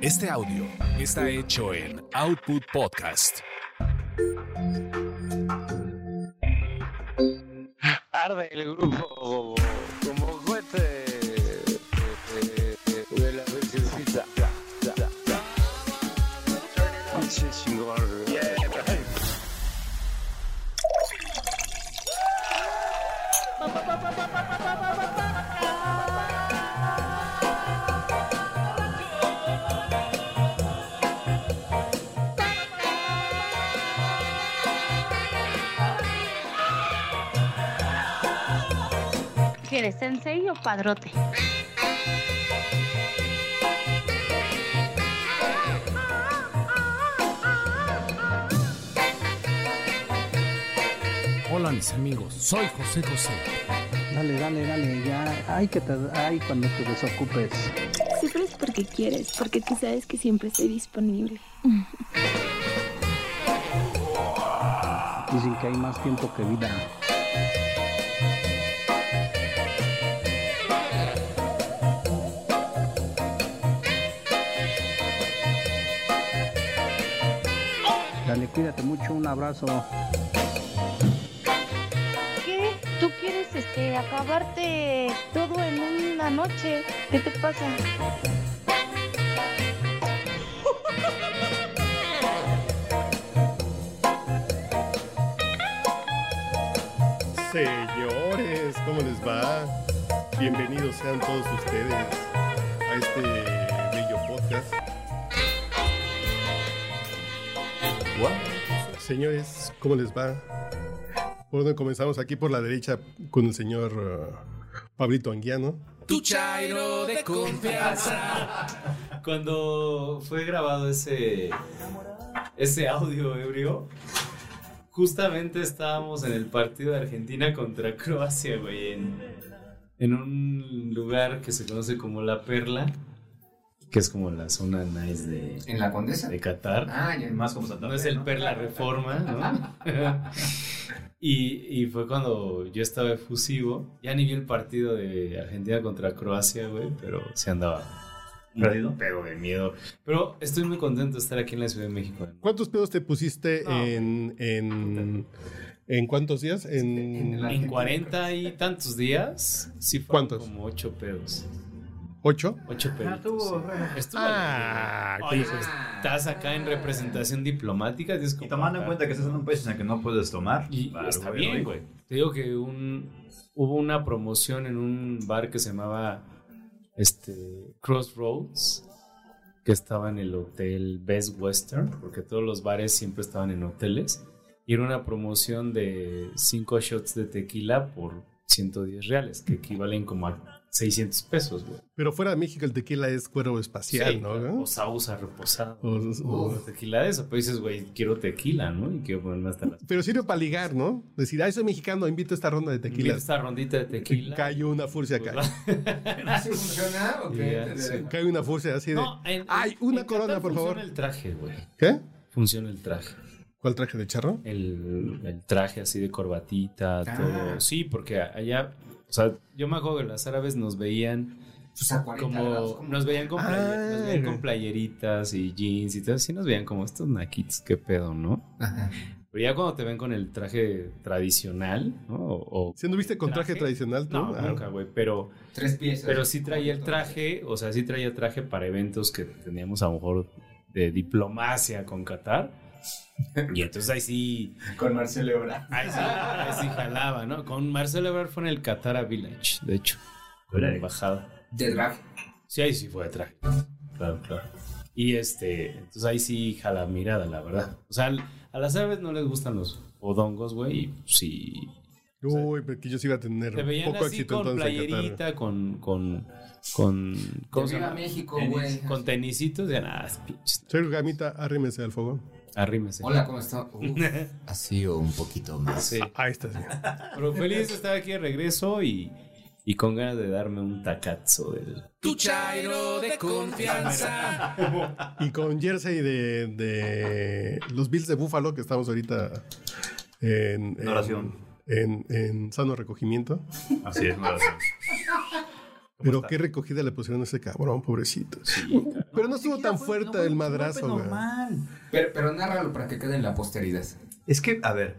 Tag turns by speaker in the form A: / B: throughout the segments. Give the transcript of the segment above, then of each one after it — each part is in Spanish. A: Este audio está hecho en Output Podcast.
B: Arde el grupo como, como cohete de, de- de- de la virgencita. Ya, ya, ya. Pinche chingón.
C: ¿Qué eres, sensei o padrote?
D: Hola mis amigos, soy José José.
E: Dale, dale, dale, ya. Ay, que te, ay, cuando te desocupes.
F: Siempre es porque quieres, porque tú sabes que siempre estoy disponible.
E: Dicen que hay más tiempo que vida. Dale, cuídate mucho, un abrazo.
C: ¿Qué? ¿Tú quieres este, acabarte todo en una noche? ¿Qué te pasa?
G: Señores, ¿cómo les va? Bienvenidos sean todos ustedes a este bello podcast. Señores, ¿cómo les va? Por donde comenzamos aquí por la derecha con el señor eh, Pablito Anguiano.
D: Tu chairo de confianza.
H: Cuando fue grabado ese, ese audio ebrio, justamente estábamos en el partido de Argentina contra Croacia, güey, en, en un lugar que se conoce como La Perla, que es como la zona nice de,
I: ¿En la condesa?
H: de Qatar.
I: Ah, ya.
J: Más como Santa
H: No es
J: Fe,
H: el
J: ¿no?
H: Perla Reforma, ¿no? y, y fue cuando yo estaba efusivo. Ya ni vi el partido de Argentina contra Croacia, güey, pero se andaba.
J: ¿Perdido?
H: Pero de miedo. Pero estoy muy contento de estar aquí en la Ciudad de México.
G: ¿Cuántos pedos te pusiste
H: No.
G: en, en, en cuántos días?
I: En
G: ¿En
I: la-
H: En 40 y tantos días, sí fueron
G: ¿Cuántos?
H: como 8 pedos.
G: ocho?
H: 8
J: Ah,
H: pedos. Estuvo.
G: Ah,
H: Oye,
G: ¿cómo
H: pues, estás acá en representación diplomática. tienes
J: Y
H: como
J: tomando en
H: acá-
J: cuenta que estás en un país en el que no puedes tomar.
H: Y
J: claro,
H: está bien, güey. Te digo que un, hubo una promoción en un bar que se llamaba este, Crossroads, que estaba en el hotel Best Western, porque todos los bares siempre estaban en hoteles. Y era una promoción de 5 shots de tequila por 110 reales, que equivalen como a 600 pesos, güey.
G: Pero fuera de México el tequila es cuero espacial,
H: Sí,
G: ¿no?
H: O sausa reposada.
G: O- o-
H: O tequila de eso, pero dices, güey, quiero tequila, ¿no? Y quiero ponerme hasta las...
G: Pero sirve para ligar, ¿no? Decir, ah, soy mexicano, invito a esta ronda de tequila.
H: Esta rondita de tequila.
G: Cae una furcia
H: Pues
G: acá.
H: va.
I: ¿Así funciona o qué?
H: Ya,
I: Te-
H: sí.
G: Cae una furcia así de.
H: No, en-
G: Ay, una
H: en
G: corona,
H: Qatar
G: por favor.
H: Funciona el traje, güey.
G: ¿Qué?
H: Funciona el traje.
G: ¿Cuál traje de charro?
H: El, el traje así de
I: Ah.
H: corbatita, todo. Sí, porque allá, o sea, yo me acuerdo que las árabes nos veían
I: Pues a 40 grados,
H: como,
I: como-
H: nos veían con,
G: Ah,
H: playe- nos veían
G: güey.
H: con playeritas y jeans y todo. Sí, nos veían como estos naquitos, qué pedo, ¿no?
I: Ajá.
H: Pero ya cuando te ven con el traje tradicional, ¿no? O, o-
G: Si anduviste con traje, tradicional, tú?
H: No,
G: Ah,
H: nunca, güey, pero...
I: Tres piezas.
H: Pero sí traía el traje, o sea, sí traía traje para eventos que teníamos a lo mejor de diplomacia con Qatar. Y entonces ahí sí,
I: Con Marcelo Ebrard.
H: ahí sí, ahí sí jalaba, ¿no? Con Marcelo Ebrard fue en el Qatar Village, de hecho, con la
J: Órale.
H: embajada.
I: De drag.
H: Sí, ahí sí fue de traje. Claro, claro. Y este, entonces ahí sí jala mirada, la verdad. O sea, al- a las aves no les gustan los odongos, güey, y sí,
G: Uy, pero que yo sí iba a tener
H: Te veían
G: poco
H: así
G: éxito
H: con
G: entonces en Qatar.
H: playerita, con, con, con, ¿cómo se
I: viva
H: llama?
I: México,
H: Tenis-
I: güey.
H: Con tenisitos de nada, es pinches.
G: Soy gamita, arrímese al fogón.
H: Arrímese.
I: Hola, ¿cómo está? Uf, así o un poquito más.
H: Sí.
G: Ah, Ahí está. sí.
H: Pero feliz de estar aquí de regreso y, y con ganas de darme un tacazo del.
G: Y con jersey de, de los Bills de Búfalo, que estamos ahorita en. en
J: Una oración.
G: En, en sano recogimiento.
J: Así es, una oración.
G: Pero qué recogida le pusieron a ese cabrón, pobrecito. Pero no estuvo tan fuerte el madrazo, güey.
I: Pero, pero nárralo para que quede en la posteridad.
J: Es que, a ver.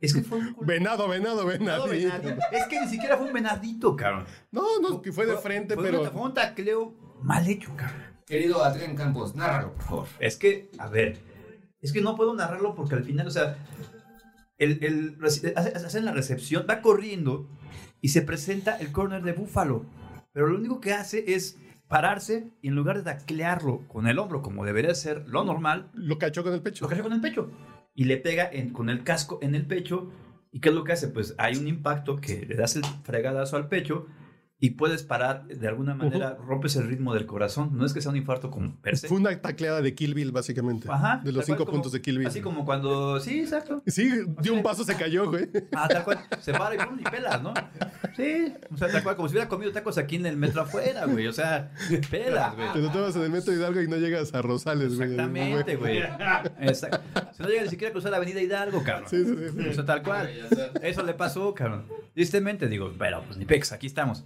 J: Es que fue un
G: Venado, venado, venado.
J: venadito. Es que ni siquiera fue un venadito, cabrón.
G: No, no, que fue de frente,
J: Fue un-
G: pero.
J: Fue un tacleo mal hecho, cabrón.
I: Querido Adrián Campos, nárralo, por favor.
J: Es que, a ver, es que no puedo narrarlo porque al final, o sea, el, el reci- hace- hacen la recepción, va corriendo y se presenta el corner de Búfalo. Pero lo único que hace es pararse y en lugar de taclearlo con el hombro, como debería ser lo normal,
G: Lo cachó con el
J: lo
G: pecho.
J: cacha con el pecho. Y le pega en- con el casco en el pecho. ¿Y qué es lo que hace? Pues hay un impacto que le das el fregadazo al pecho y puedes parar de alguna manera, rompes el ritmo del corazón. No es que sea un infarto como per se.
G: Fue una tacleada de Kill Bill, básicamente.
J: Ajá,
G: este, de los
J: tal cual,
G: cinco
J: como-
G: puntos de Kill Bill.
J: Así como cuando. Sí, exacto.
G: Sí, dio un paso, se cayó, güey.
J: Ah, tal cual. Se para y pum, y pelas, ¿no? Sí. O sea, tal cual. Como si hubiera comido tacos aquí en el metro afuera, güey. O sea, pelas, güey.
G: Te lo tomas en el metro Hidalgo y no llegas a Rosales, Pues, güey.
J: Exactamente, güey. Exacto. Se no llega ni siquiera a cruzar la avenida Hidalgo, cabrón.
G: Sí, sí, sí.
J: O sea, tal cual. Eso le pasó, cabrón. Tristemente, digo, pero pues ni pex, aquí estamos.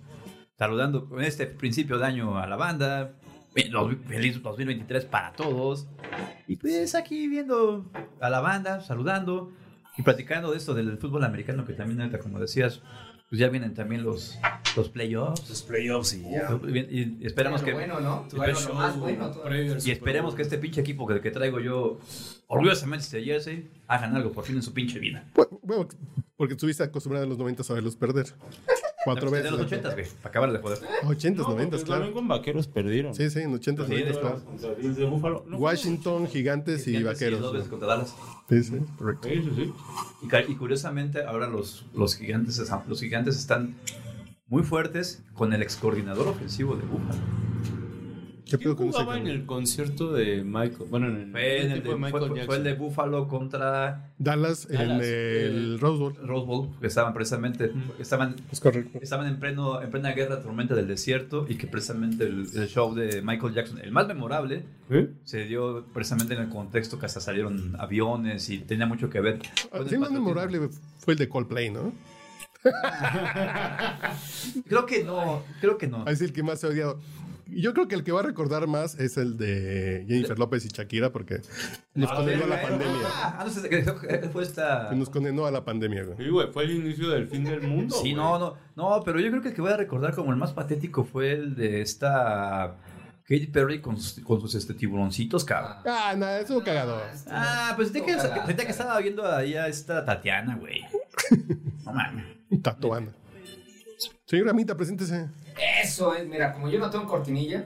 J: Saludando con este principio de año a la banda. Eh, los- Feliz 2023 para todos. Y pues aquí viendo a la banda, saludando y platicando de esto del fútbol americano, que también, ahorita, como decías, pues ya vienen también los, los playoffs.
H: Los playoffs y ya.
J: Y esperamos
I: Lo
J: que.
I: bueno, ¿no? Lo más bueno todavía.
H: Previo al
J: Y
H: Super
J: esperemos
H: Bowl.
J: que este pinche equipo que, que traigo yo orgullosamente este Jersey hagan algo por fin en su pinche vida.
G: Bueno, bueno, porque estuviste acostumbrado en los 90 a verlos perder. Cuatro
J: Desde
G: veces.
J: los 80, güey, para acabar de joder.
G: 80,
H: pues,
K: No,
G: 90,
K: porque
G: claro.
K: También con vaqueros perdieron.
G: Sí, sí, en 80,
J: Sí,
G: 90.
J: de-
G: claro.
K: Contra Bills de Búfalo. No,
G: Washington, Gigantes y
J: Dos
G: Vaqueros.
J: veces contra Dallas.
G: Sí, sí, correcto.
K: Sí, sí, sí.
J: Y, ca- y curiosamente, ahora los, los, gigantes, están- los gigantes están muy fuertes con el ex coordinador ofensivo de Buffalo.
G: ¿Qué
K: ¿Quién
G: pedo con ese
K: jugaba en
G: cabrón?
K: el concierto de Michael? Bueno, en el,
J: Fue, en el
K: equipo
J: de, fue- fue- fue el de
K: Jackson.
J: Buffalo contra
G: Dallas en
K: Dallas,
G: el Rose Bowl.
J: Rose Bowl, que estaban precisamente estaban,
G: Es correcto.
J: estaban en, pleno, en plena guerra tormenta del desierto y que precisamente el- el show de Michael Jackson, el más memorable,
K: ¿Eh?
J: se dio precisamente en el contexto que hasta salieron aviones y tenía mucho que ver. con el
G: Ah, Sí, más
J: patriotismo.
G: memorable fue el de Coldplay, ¿no?
J: Creo que no, creo que no.
G: Ah, Es el que más se ha odiado. Yo creo que el que va a recordar más es el de Jennifer López y Shakira porque nos condenó a la pandemia.
J: Ah, no sé, creo que fue esta...
G: Que Nos condenó a la pandemia, güey.
K: Sí, güey, fue el inicio del fin del mundo.
J: Sí,
K: güey.
J: no, no, no, pero yo creo que el que voy a recordar como el más patético fue el de esta Katy Perry con sus, con sus este, tiburoncitos, cabrón.
G: Ah, nada, es un cagado.
J: Ah, pues sentía que,
I: Ojalá,
J: sentía que estaba viendo ahí a esta Tatiana, güey. No mames.
G: Tatuana. Señora Mita, preséntese.
I: Eso es, mira, como yo no tengo cortinilla,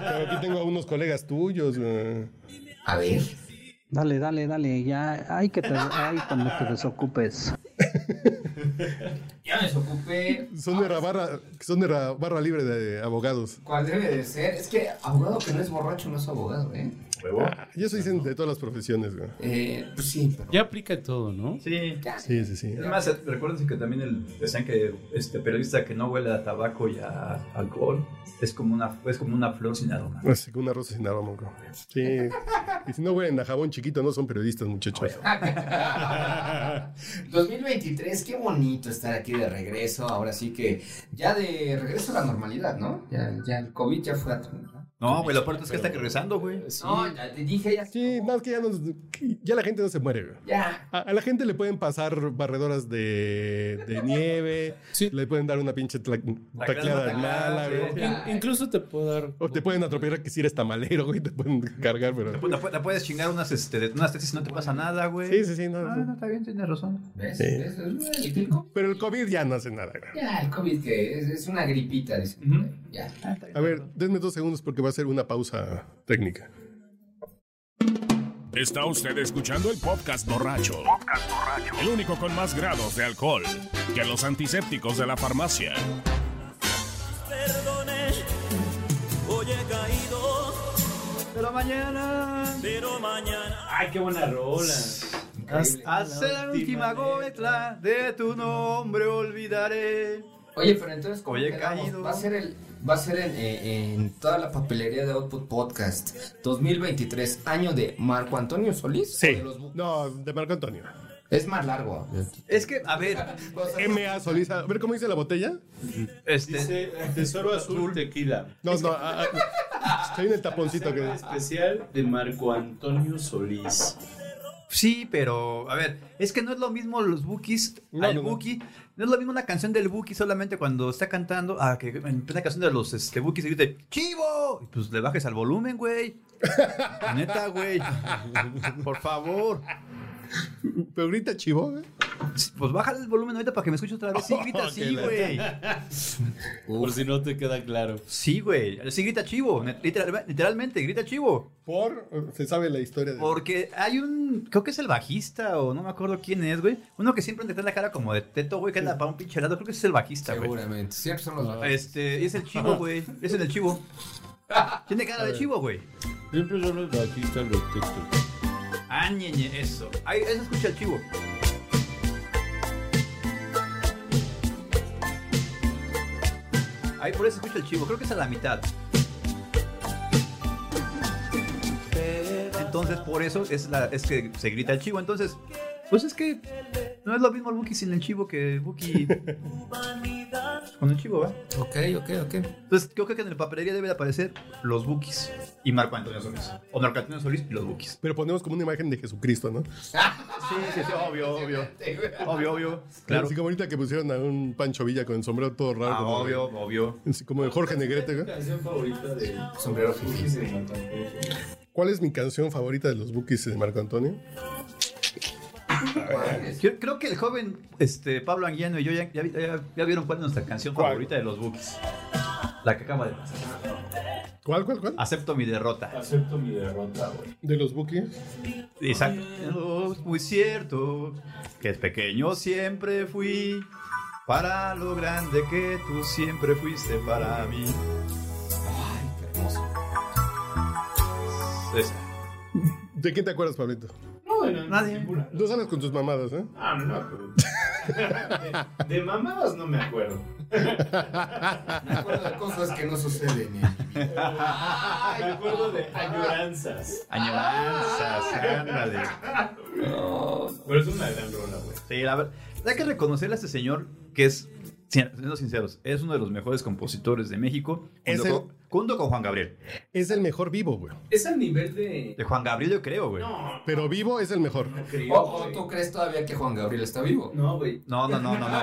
G: Pero aquí tengo a unos colegas tuyos, güey.
I: a ver.
E: Dale, dale, dale, ya. Ay, que te, ay, cuando te desocupes.
I: Ya me desocupé.
G: Son de la barra, son de la barra libre de abogados.
I: ¿Cuál debe de ser? Es que abogado que no es borracho no es abogado, ¿eh?
G: Y eso dicen Ah, de todas las profesiones, güey.
I: Eh, pues sí, pero.
H: Ya aplica todo, ¿no?
J: Sí.
I: Ya.
G: Sí, sí, sí.
J: Además, recuérdense que también el, decían que este periodista que no huele a tabaco y a alcohol es como una, es como una flor sin aroma.
G: Así que una rosa sin aroma, güey. Sí. Y si no huelen a jabón chiquito, no son periodistas, muchachos.
I: 2023, qué bonito estar aquí de regreso. Ahora sí que ya de regreso a la normalidad, ¿no? Ya, ya el COVID ya fue atrás. ¿no?
J: No, güey, lo peor es que está regresando, güey.
I: No, ya te dije, ya.
G: Sí, más que ya, nos- ya la gente no se muere, güey.
I: Ya.
G: A, a la gente le pueden pasar barredoras de, de nieve,
H: Sí.
G: le pueden dar una pinche tla- tacleada
J: tacleada,
G: mala,
J: sí.
G: güey.
H: In- incluso te puedo dar.
G: O te pueden atropellar que si eres tamalero, güey, te pueden cargar, pero...
J: La, pu- la puedes chingar unas, este, unas tesis y no te pasa nada, güey.
G: Sí, sí, sí, no,
J: Ah,
G: no.
J: no, está bien, tienes razón.
I: ¿Ves?
G: Sí.
I: ¿Ves? Y el COVID,
G: Pero el COVID ya no hace nada, güey.
I: Ya, el COVID que es, es una gripita, dicen. Ya.
G: A ver, denme dos segundos porque va a ser una pausa técnica.
A: Está usted escuchando el podcast borracho. El único con más grados de alcohol que los antisépticos de la farmacia.
J: Pero mañana.
K: Ay, qué buena rola.
I: Increíble.
J: Hace la última gotla de tu nombre olvidaré.
I: Oye, pero entonces, ¿cómo
J: Oye,
I: quedamos?
J: caído.
I: Va a ser, el, va a ser en, eh, en toda la papelería de Output Podcast 2023, año de Marco Antonio Solís. o de los Bu-
G: No, de Marco Antonio.
D: Es más largo.
J: Es que, a ver.
G: M.A. Solís. A ver, ¿cómo dice la botella?
J: Este,
H: Dice Tesoro Azul Tequila.
G: No, no. ah, ah, estoy en el taponcito que.
H: Especial de Marco Antonio Solís.
J: Sí, pero a ver, es que no es lo mismo los bookies
H: No,
J: al
H: no, no.
J: Buki, no. es lo mismo una canción del Buki solamente cuando está cantando, ah, que en plena canción de los este, Bookies se grite ¡Chivo! Y pues le bajes al volumen, güey. Neta, güey. Por favor.
G: Pero grita chivo, güey.
J: Pues bájale el volumen ahorita para que me escuche otra vez. Sí,
H: Oh,
J: grita sí, güey.
H: Por si no te queda claro.
J: Sí, güey. Sí, grita chivo. net- literal- literalmente, grita chivo.
G: Por. Se sabe la historia de.
J: Porque hay un. Creo que es el bajista o no me acuerdo quién es, güey. Uno que siempre te trae la cara como de teto, güey, que anda para un pinche lado. Creo que ese es el bajista, güey.
D: Seguramente. Siempre son los
H: Ah,
D: bajistas.
J: Este, y es el chivo, güey. Es el del chivo. Tiene cara de chivo, güey.
H: Siempre son los bajistas los textos.
J: Ah, ñeñe, eso. Ahí, eso escucha el chivo. Ahí por eso escucha el chivo. Creo que es a la mitad. Entonces, por eso es, la, es que se grita el chivo. Entonces, pues es que no es lo mismo el Buki sin el chivo que el Buki con el chivo, ¿va?
D: Ok, ok, ok.
J: Entonces, yo creo que en la papelería debe de aparecer los Bukis y Marco Antonio Solís. O Marco Antonio Solís y los Bukis.
G: Pero ponemos como una imagen de Jesucristo, ¿no?
J: Sí, sí, sí, obvio, obvio. Obvio, obvio. Claro.
G: Así como ahorita que pusieron a un Pancho Villa con el sombrero todo raro.
J: Ah,
G: como de-
J: obvio, obvio.
G: así como de Jorge Negrete, güey.
H: canción favorita de
D: Sombrero
H: Bukis de Marco Antonio.
G: ¿Cuál es mi canción favorita de los Bookies de Marco Antonio?
J: Yo creo que el joven este, Pablo Anguiano y yo ya, ya, ya- ya vieron cuál es nuestra canción
G: ¿Cuál?
J: favorita de los Bukis. La que acaba de pasar.
G: ¿Cuál, cuál, cuál?
J: Acepto mi derrota.
H: Acepto mi derrota, güey.
G: De los Bookies.
J: Exacto. Es muy cierto que es pequeño siempre fui. Para lo grande que tú siempre fuiste para mí. Esa.
G: ¿De quién te acuerdas, Pablito?
H: No, no,
J: Nadie.
H: ninguna.
G: No sales con tus mamadas, ¿eh?
H: Ah, no, pero... de, de mamadas no me acuerdo.
D: Me acuerdo de cosas que no suceden. eh.
H: Me acuerdo de añoranzas.
J: Añoranzas, ándale.
H: Pero es una gran rola, güey.
J: Sí, la verdad. Hay que reconocerle a este señor que es, siendo sinceros, es uno de los mejores compositores de México.
G: Es
J: Junto,
G: el-
J: con, junto con Juan Gabriel.
G: Es el mejor vivo, güey.
H: Es al nivel de...
J: De Juan Gabriel, yo creo, güey.
H: No,
G: Pero vivo es el mejor.
H: no creo,
D: ¿O, o
H: güey.
D: tú crees todavía que Juan Gabriel está vivo?
H: No, güey.
J: No, no, no, no, no.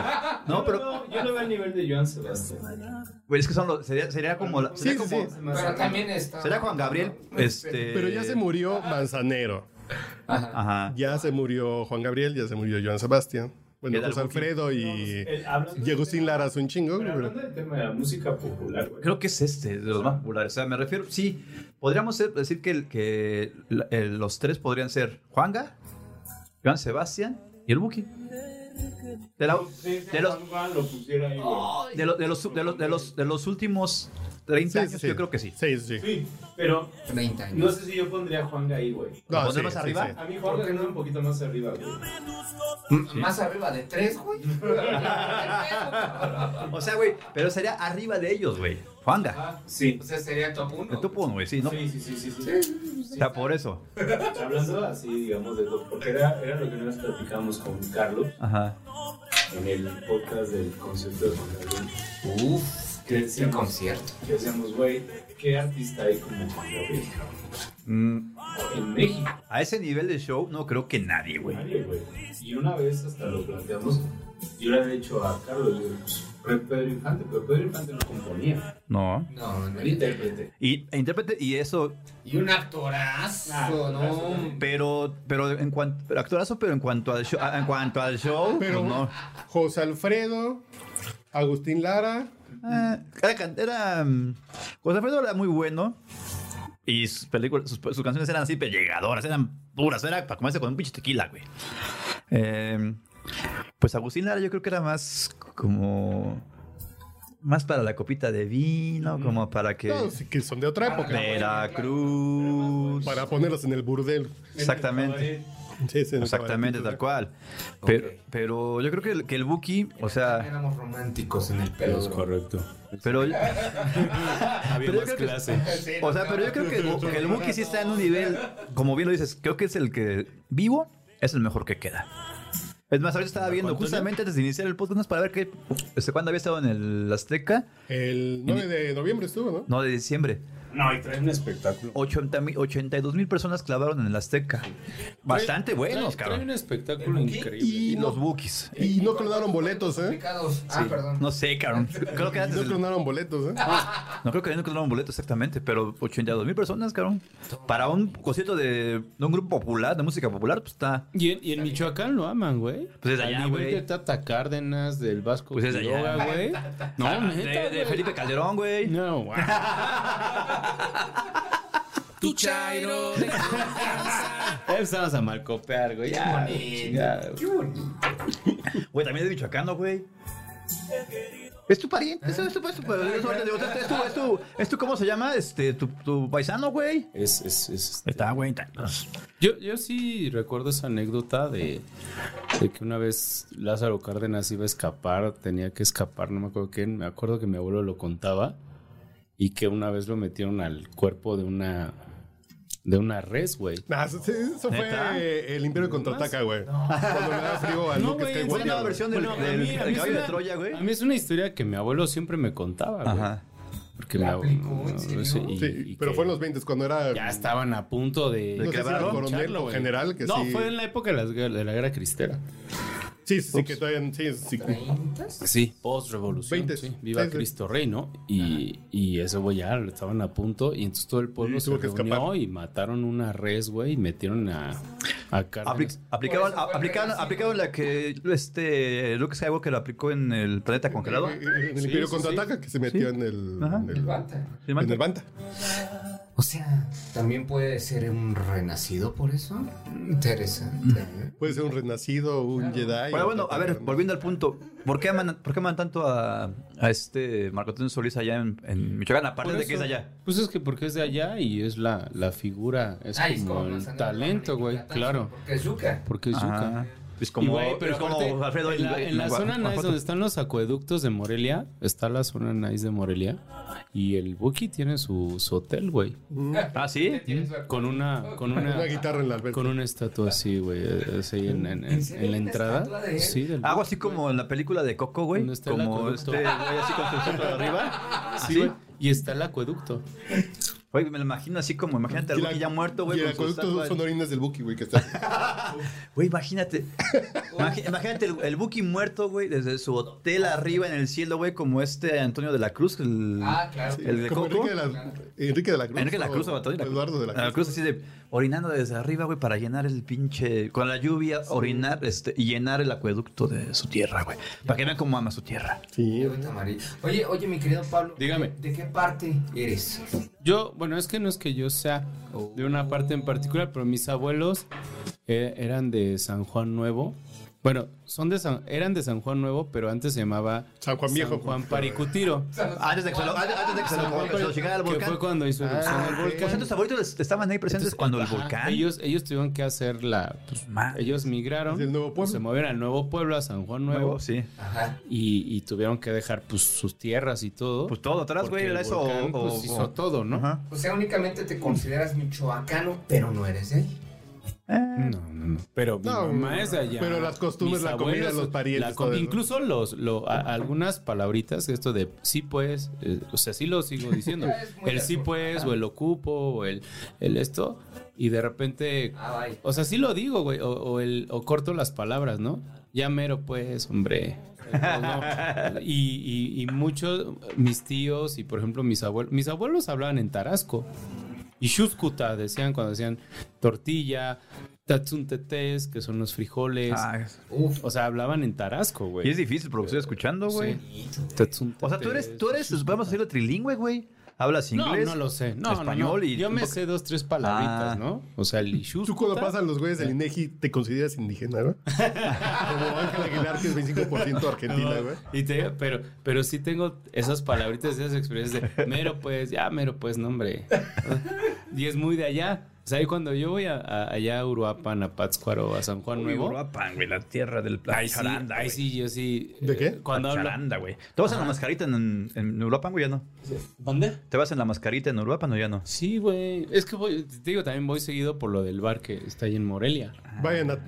J: No, pero
H: No, yo no veo al nivel de Joan Sebastián.
J: güey, es que son los- sería, sería como. la-
G: Sí,
J: Sería,
G: sí,
J: como
G: sí.
D: Pero también está.
J: sería Juan Gabriel. Este,
G: Pero ya se murió Manzanero.
D: Ajá.
J: Ajá.
G: Ya se murió Juan Gabriel, ya se murió Joan Sebastián. Bueno,
J: Queda el
G: José
J: Buki.
G: Alfredo y
H: El- eh, hablando
G: Diego
H: del
G: Sin
H: tema-
G: Lara hace un chingo.
H: pero
G: güey,
H: hablando del tema de la música popular, güey.
J: Creo que es este, de los más populares. O sea, me refiero. Sí, podríamos ser- decir que, el- que la- el- los tres podrían ser Juanga, Juan Sebastián y el Buki. De la-
H: Sí, sí,
J: de los-
H: Juan Juan lo pusiera ahí, güey.
D: Oh.
J: De, lo- de los, de, los, de, los, de los últimos 30
G: Sí, sí,
J: años,
G: sí.
J: yo creo que sí.
G: Sí, sí, sí.
H: Sí, pero
D: 30
H: no
D: años.
H: sé si yo pondría a Juanga ahí, güey.
J: ¿Lo
G: No, sí,
J: ponemos
G: sí,
J: arriba?
G: sí.
H: A mí Juanga me da un poquito más arriba, güey.
D: M- Más arriba de 3, güey. o
J: O sea, güey, pero sería arriba de ellos, güey. Juanga.
H: Ah, sí.
D: sea, sería top
J: De
D: 1.
J: tu pon, güey, sí, ¿no?
H: Sí, sí, sí, sí, sí.
J: O sea, por eso.
H: Hablando así, digamos, de todo, porque era, era lo que nos platicamos con Carlos
J: Ajá.
H: en el podcast del concierto de Juan Gabriel.
D: Uf,
H: Que
D: qué
H: decíamos,
D: concierto.
H: que decíamos, güey, ¿qué artista hay como Juan Gabriel
J: Mm,
H: en México?
J: a ese nivel de show, no creo que nadie, güey.
H: Nadie, güey. Y una vez hasta lo planteamos, yo le había dicho a Carlos, le digo, pues, fue Pedro Infante, pero Pedro Infante no componía,
J: No.
D: No, no.
H: era intérprete.
J: Y e intérprete, y eso,
D: Y un actorazo,
H: Ah, actorazo
D: ¿no?
H: también.
J: pero, pero en cuanto, actorazo, pero en cuanto al show, en cuanto al show,
G: Pero-
J: pues no.
G: José Alfredo, Agustín Lara.
J: Eh, era, can- era, mm, José Alfredo era muy bueno. Y sus películas, sus, sus canciones eran así pero llegadoras, eran puras, era para comerse con un pinche tequila, güey. Eh, pues Agustín Lara yo creo que era más como. Más para la copita de vino, como para que.
G: No, sí, que son de otra época.
J: Veracruz.
G: Para ponerlos en el burdel.
J: Exactamente.
G: Sí, sí, en el
J: Exactamente,
G: cabaretito.
J: tal cual. Pero,
D: Ok.
J: pero yo creo que el, que el Buki, o sea,
D: Éramos románticos en el pedo.
H: correcto.
J: pero,
H: Había
J: Pero yo más creo que-
H: clase.
J: O sea, pero yo creo que, el- que el Buki sí está en un nivel, como bien lo dices, creo que es el que vivo es el mejor que queda. Es más, ahorita estaba viendo
G: ¿Cuánto
J: justamente antes de iniciar el podcast para ver qué, este, cuándo había estado en el Azteca.
G: El 9 de noviembre estuvo, ¿no?
J: No, de diciembre.
H: No, y trae un espectáculo.
J: 80, mil- 82 mil personas clavaron en el Azteca. Bastante buenos,
H: Trae un
J: cabrón.
H: espectáculo increíble.
J: Y los bookies.
G: Y no clonaron boletos, ¿eh?
I: Ah, perdón.
J: No sé, cabrón. Creo que
G: Y
J: antes
G: no
J: del-
G: clonaron boletos, ¿eh?
H: Ah.
J: No creo que hayan encontrado un boleto exactamente, pero 82 mil personas, cabrón. Para un concierto de, de un grupo popular, de música popular, pues está.
H: Y en, y en Michoacán lo aman, güey.
J: Pues es de
H: Al
J: allá,
H: nivel
J: güey.
H: de Tata Cárdenas, del Vasco
J: Pues es de
H: Quiroga,
J: allá.
H: güey. No,
J: De-
H: Ah, neta,
J: Ah, de
H: güey.
J: Felipe Calderón, güey.
H: No, güey.
D: Tu chairo de confianza.
H: Empezamos a malcopear, güey. Ya, chingada, güey.
J: Güey, también es de Michoacán, ¿no, güey. Es tu pariente, es, es, tu- es, tu- es tu- es tu- es tu- es tu- ¿cómo se llama? Este, tu, tu paisano, güey.
H: Es, es, es. este,
J: Está, güey, está.
H: Yo, yo sí recuerdo esa anécdota de, de que una vez Lázaro Cárdenas iba a escapar, tenía que escapar, no me acuerdo quién, me acuerdo que mi abuelo lo contaba y que una vez lo metieron al cuerpo de una de una res, güey.
G: Nah, eso, sí, eso
J: ¿Neta?
G: fue el Imperio contraataca, güey. Cuando le da frío al Luke
H: güey,
G: Skywalker,
J: una
G: güey.
J: versión del,
H: Bueno, a
J: del-
H: mí- a
J: del
H: mí
J: caballo
H: suena-
J: de Troya, güey.
H: A mí es una historia que mi abuelo siempre me contaba, güey.
J: Ajá.
H: Porque mi abuelo
I: aplicó? ¿En
H: no
I: serio?
H: sé, y-
G: Sí,
H: y
G: pero
H: que
G: fue en los 20 cuando era.
H: ya estaban a punto de
G: no sé si era
J: clavaron,
G: coronel
H: lincharlo,
G: o
H: güey.
G: general que
H: no,
G: sí.
H: fue en la época de las guer- de la guerra cristera.
G: Sí, sí, que todavía. Sí, sí.
H: Sí, post-revolución.
G: 20,
H: sí, viva
G: sí, sí.
H: Cristo Rey, ¿no? Y, y ese güey ya lo estaban a punto. Y entonces todo el pueblo
G: Y
H: se
G: tuvo que
H: reunió
G: escapar.
H: y mataron una res, güey, y metieron a, a
J: Apli-
H: Cárdenas.
J: aplicaron,
I: Por eso fue
J: aplicaron,
I: el
J: aplicaron la que este Luke Skywalker aplicó en el planeta congelado.
G: Eh, eh, En el
H: Sí,
G: Imperio
H: sí,
G: contraataca que se metió en el.
J: Ajá.
G: En el,
I: Levanta.
J: ¿Sí,
G: en
J: Manta?
G: el Banta.
I: O sea, también puede ser un renacido por eso. Interesante.
E: Mm.
I: ¿eh?
G: Puede ser un renacido, un Jedi.
J: Pero
G: o
J: bueno,
G: otra
J: a ver,
G: cosa, ¿no?
J: volviendo al punto, ¿por qué aman, por qué aman tanto a, a este Marco Antonio Solís allá en, en Michoacán? Aparte
H: Por
J: de que es
H: eso-
J: allá.
H: Pues es que porque es de allá y es la, la figura, es
I: Ay, es
H: como
I: como
H: el
I: manzana de
H: talento,
I: Guadalupe,
H: güey,
I: plátano,
H: claro.
I: Porque es yuca.
H: Porque es yuca.
J: Ajá. Es como,
H: Y, güey, pero
J: es como
H: aparte,
J: Alfredo
H: en la,
J: en-
H: en la
J: en Gua-
H: zona nice
J: Guanajuato.
H: donde están los acueductos de Morelia, está la zona nice de Morelia y el Buki tiene su, su hotel, güey,
J: Ah, sí.
H: con una con una,
G: Una guitarra en la alberca.
H: con una estatua así, güey, eh, así en, en- en-
I: ¿En serio?
H: en la
I: ¿Una estatua
H: entrada.
I: de él?
H: Sí, del
J: Algo así como en la película de Coco, Ah, güey.
H: ¿Dónde está el
J: Como este
H: acueducto?
J: güey así con su sombra de arriba.
H: Sí,
J: Sí.
H: güey, y está el acueducto.
J: Güey, me lo imagino así como, imagínate al
G: Y la-
J: Buki ya muerto, güey.
G: Y el
J: con su
G: acueducto
J: estatua.
G: son orinas del Buki, güey, que está.
J: Güey, imagínate. Imagi- imagínate el, el Buki muerto, güey, desde su hotel arriba en el cielo, güey, como este Antonio de la Cruz. El,
I: Ah, claro.
J: el de
G: Como
J: Coco.
G: Enrique de la, Enrique de la Cruz.
J: Enrique de la Cruz,
G: o
J: Antonio de la Cruz. Ah.
G: Eduardo de la Cruz.
J: así de orinando desde arriba, güey, para llenar el pinche. Con la lluvia, orinar este, y llenar el acueducto de su tierra, güey. Para que vean cómo ama su tierra.
G: Sí,
I: Qué bonita, María. Oye, oye, mi querido Pablo.
H: Dígame.
I: ¿De qué parte eres?
H: Yo, bueno, es que no es que yo sea de una parte en particular, pero mis abuelos eh, eran de San Juan Nuevo. Bueno, son de San- eran de San Juan Nuevo, pero antes se llamaba
G: San Juan Viejo.
H: San Juan Paricutiro.
J: Antes de que se lo, antes, antes de que se lo, que se lo llegara al
H: Que
J: volcán.
H: fue cuando hizo erupción
G: Ah,
H: el
G: ok.
J: Pues
H: volcán.
J: entonces, favoritos estaban ahí presentes cuando el
H: Ajá,
J: volcán. Ah.
H: Ellos, ellos tuvieron que hacer la. pues,
J: Ma-
H: ellos migraron.
G: Es el nuevo pueblo.
H: Se movieron al nuevo pueblo, a San Juan Nuevo.
J: Nuevo, sí.
I: Ajá.
H: y, y tuvieron que dejar pues, sus tierras y todo.
J: Pues todo atrás,
H: porque
J: güey,
H: el
J: era eso.
H: volcán,
J: o-
H: pues,
J: o-
H: hizo todo, ¿no?
J: Ajá.
I: O sea, únicamente te consideras michoacano, pero no eres él.
J: Eh,
H: No, no, no. Pero mi
G: No,
H: mamá es de allá.
G: pero las costumbres,
H: Mis
G: la comida, los parientes,
H: la com-
G: todo eso.
H: incluso los, lo- a- algunas palabritas, esto de sí pues, eh, o sea, sí lo sigo diciendo.
I: Es muy
H: el sí
I: azul.
H: pues, o el ocupo, o el, el esto, y de repente,
I: Ah, vaya.
H: o sea, sí lo digo, güey, o, o el, o corto las palabras, ¿no? Ya mero pues, hombre. No. Y, y, y muchos, mis tíos y por ejemplo mis abuelos, mis abuelos hablaban en Tarasco. Y Shuskuta decían cuando decían tortilla, tatsuntetes, que son los frijoles.
J: ah,
I: Uf.
H: O sea, hablaban en Tarasco,
J: y es
H: güey.
J: difícil, porque estoy escuchando, güey.
H: Tatsuntetes,
J: O sea, tú eres, tú eres, vamos a decirlo, trilingüe, güey. Hablas
H: No,
J: inglés.
H: no lo sé. No, no,
J: español
H: no.
J: y-
H: Yo me sé dos, tres palabritas,
J: Ah.
H: ¿no? O sea, el
G: Tú cuando
H: Shuskuta.
G: pasan los güeyes del INEGI, ¿te consideras indígena, güey? Como Ángel Aguilar, que es 25% argentina, güey.
H: Y te digo, pero, pero sí tengo esas palabritas, esas experiencias de mero pues, ya mero pues, nombre. Y es muy de allá. sea, ahí cuando yo voy a, a- allá a Uruapan, a Pátzcuaro, a San Juan
J: Uy,
H: Nuevo.
J: Uruapan, güey, la tierra del la
H: Ahí sí,
J: charanda,
H: ahí
J: güey.
H: sí, yo sí. eh,
J: ¿De qué?
H: cuando
J: la
H: hablo-
J: charanda, güey. ¿Te vas en la
H: Ajá.
J: mascarita en, en Uruapan, güey, ya no?
H: ¿Dónde?
J: ¿Te vas en la mascarita en Uruapan o ya no?
H: Sí, güey. Es que voy, te digo, también voy seguido por lo del bar que está ahí en Morelia.
G: Vayan a.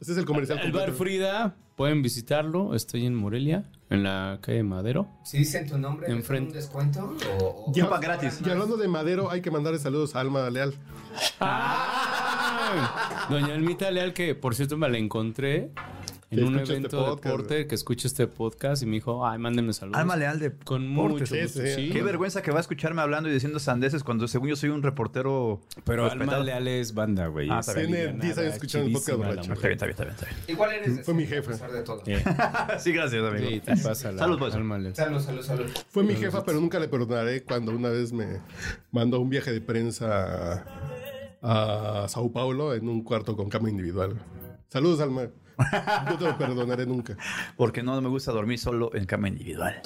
G: Ese es el comercial.
H: El bar Frida, pueden visitarlo. Estoy en Morelia, en la calle Madero.
I: Si dicen tu nombre, ¿les dan
H: Enfrente.
I: un descuento? O, o-
G: Ya- Y hablando de madero, hay que mandarle saludos a Alma Leal. ¡Ah!
H: Doña Almita Leal, que por cierto me la encontré
G: Que
H: en un
G: escucha este
H: evento
G: podcast,
H: de deporte que escucha este podcast y me dijo, ay, mándenme saludos.
J: Alma Leal de
H: Con
J: Portes,
H: mucho gusto.
J: güey.
H: Sí.
J: Qué vergüenza que va a escucharme hablando y diciendo sandeces cuando según yo soy un reportero.
H: Pero Alma
J: respetado.
H: Leal es banda, güey.
J: Ah,
H: Es
J: está bien.
H: alivianada,
G: Tiene 10 años escuchando el podcast,
H: chidísima la
G: borracho.
H: mujer.
J: Está bien, está bien, está bien. está
I: Igual eres de
G: Fue mi jefe.
I: pesar de todo.
J: bien. Ah, sí, gracias, amigo.
H: Sí, te pasa la
J: Salud, pues.
H: Alma Leal.
I: Salud, salud, salud.
G: Fue mi jefa, pero nunca le perdonaré cuando una vez me mandó un viaje de prensa a, a Sao Paulo en un cuarto con cama individual. Saludos, Alma. No te lo perdonaré nunca.
J: Porque no me gusta dormir solo en cama individual.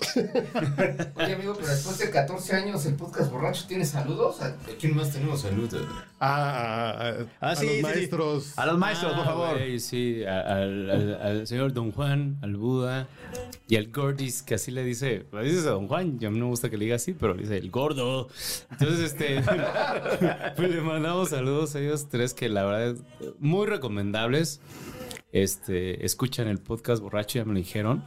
I: Oye, amigo, pero después de 14 años el podcast borracho tiene saludos. ¿A quién más tenemos saludos?
G: Ah, a, a-
J: Ah,
G: a
J: sí,
G: los
J: sí, sí.
G: maestros.
J: A los maestros, por
H: Ah,
J: favor.
H: güey, sí, a- al, al- al señor Don Juan, al Buda y al Gordis, que así le dice. Le dices a Don Juan, yo a mí no me gusta que le diga así, pero le dice el gordo. Entonces, este. pues le mandamos saludos a ellos tres que la verdad, muy recomendables. Este, escuchan el podcast borracho, ya me lo dijeron.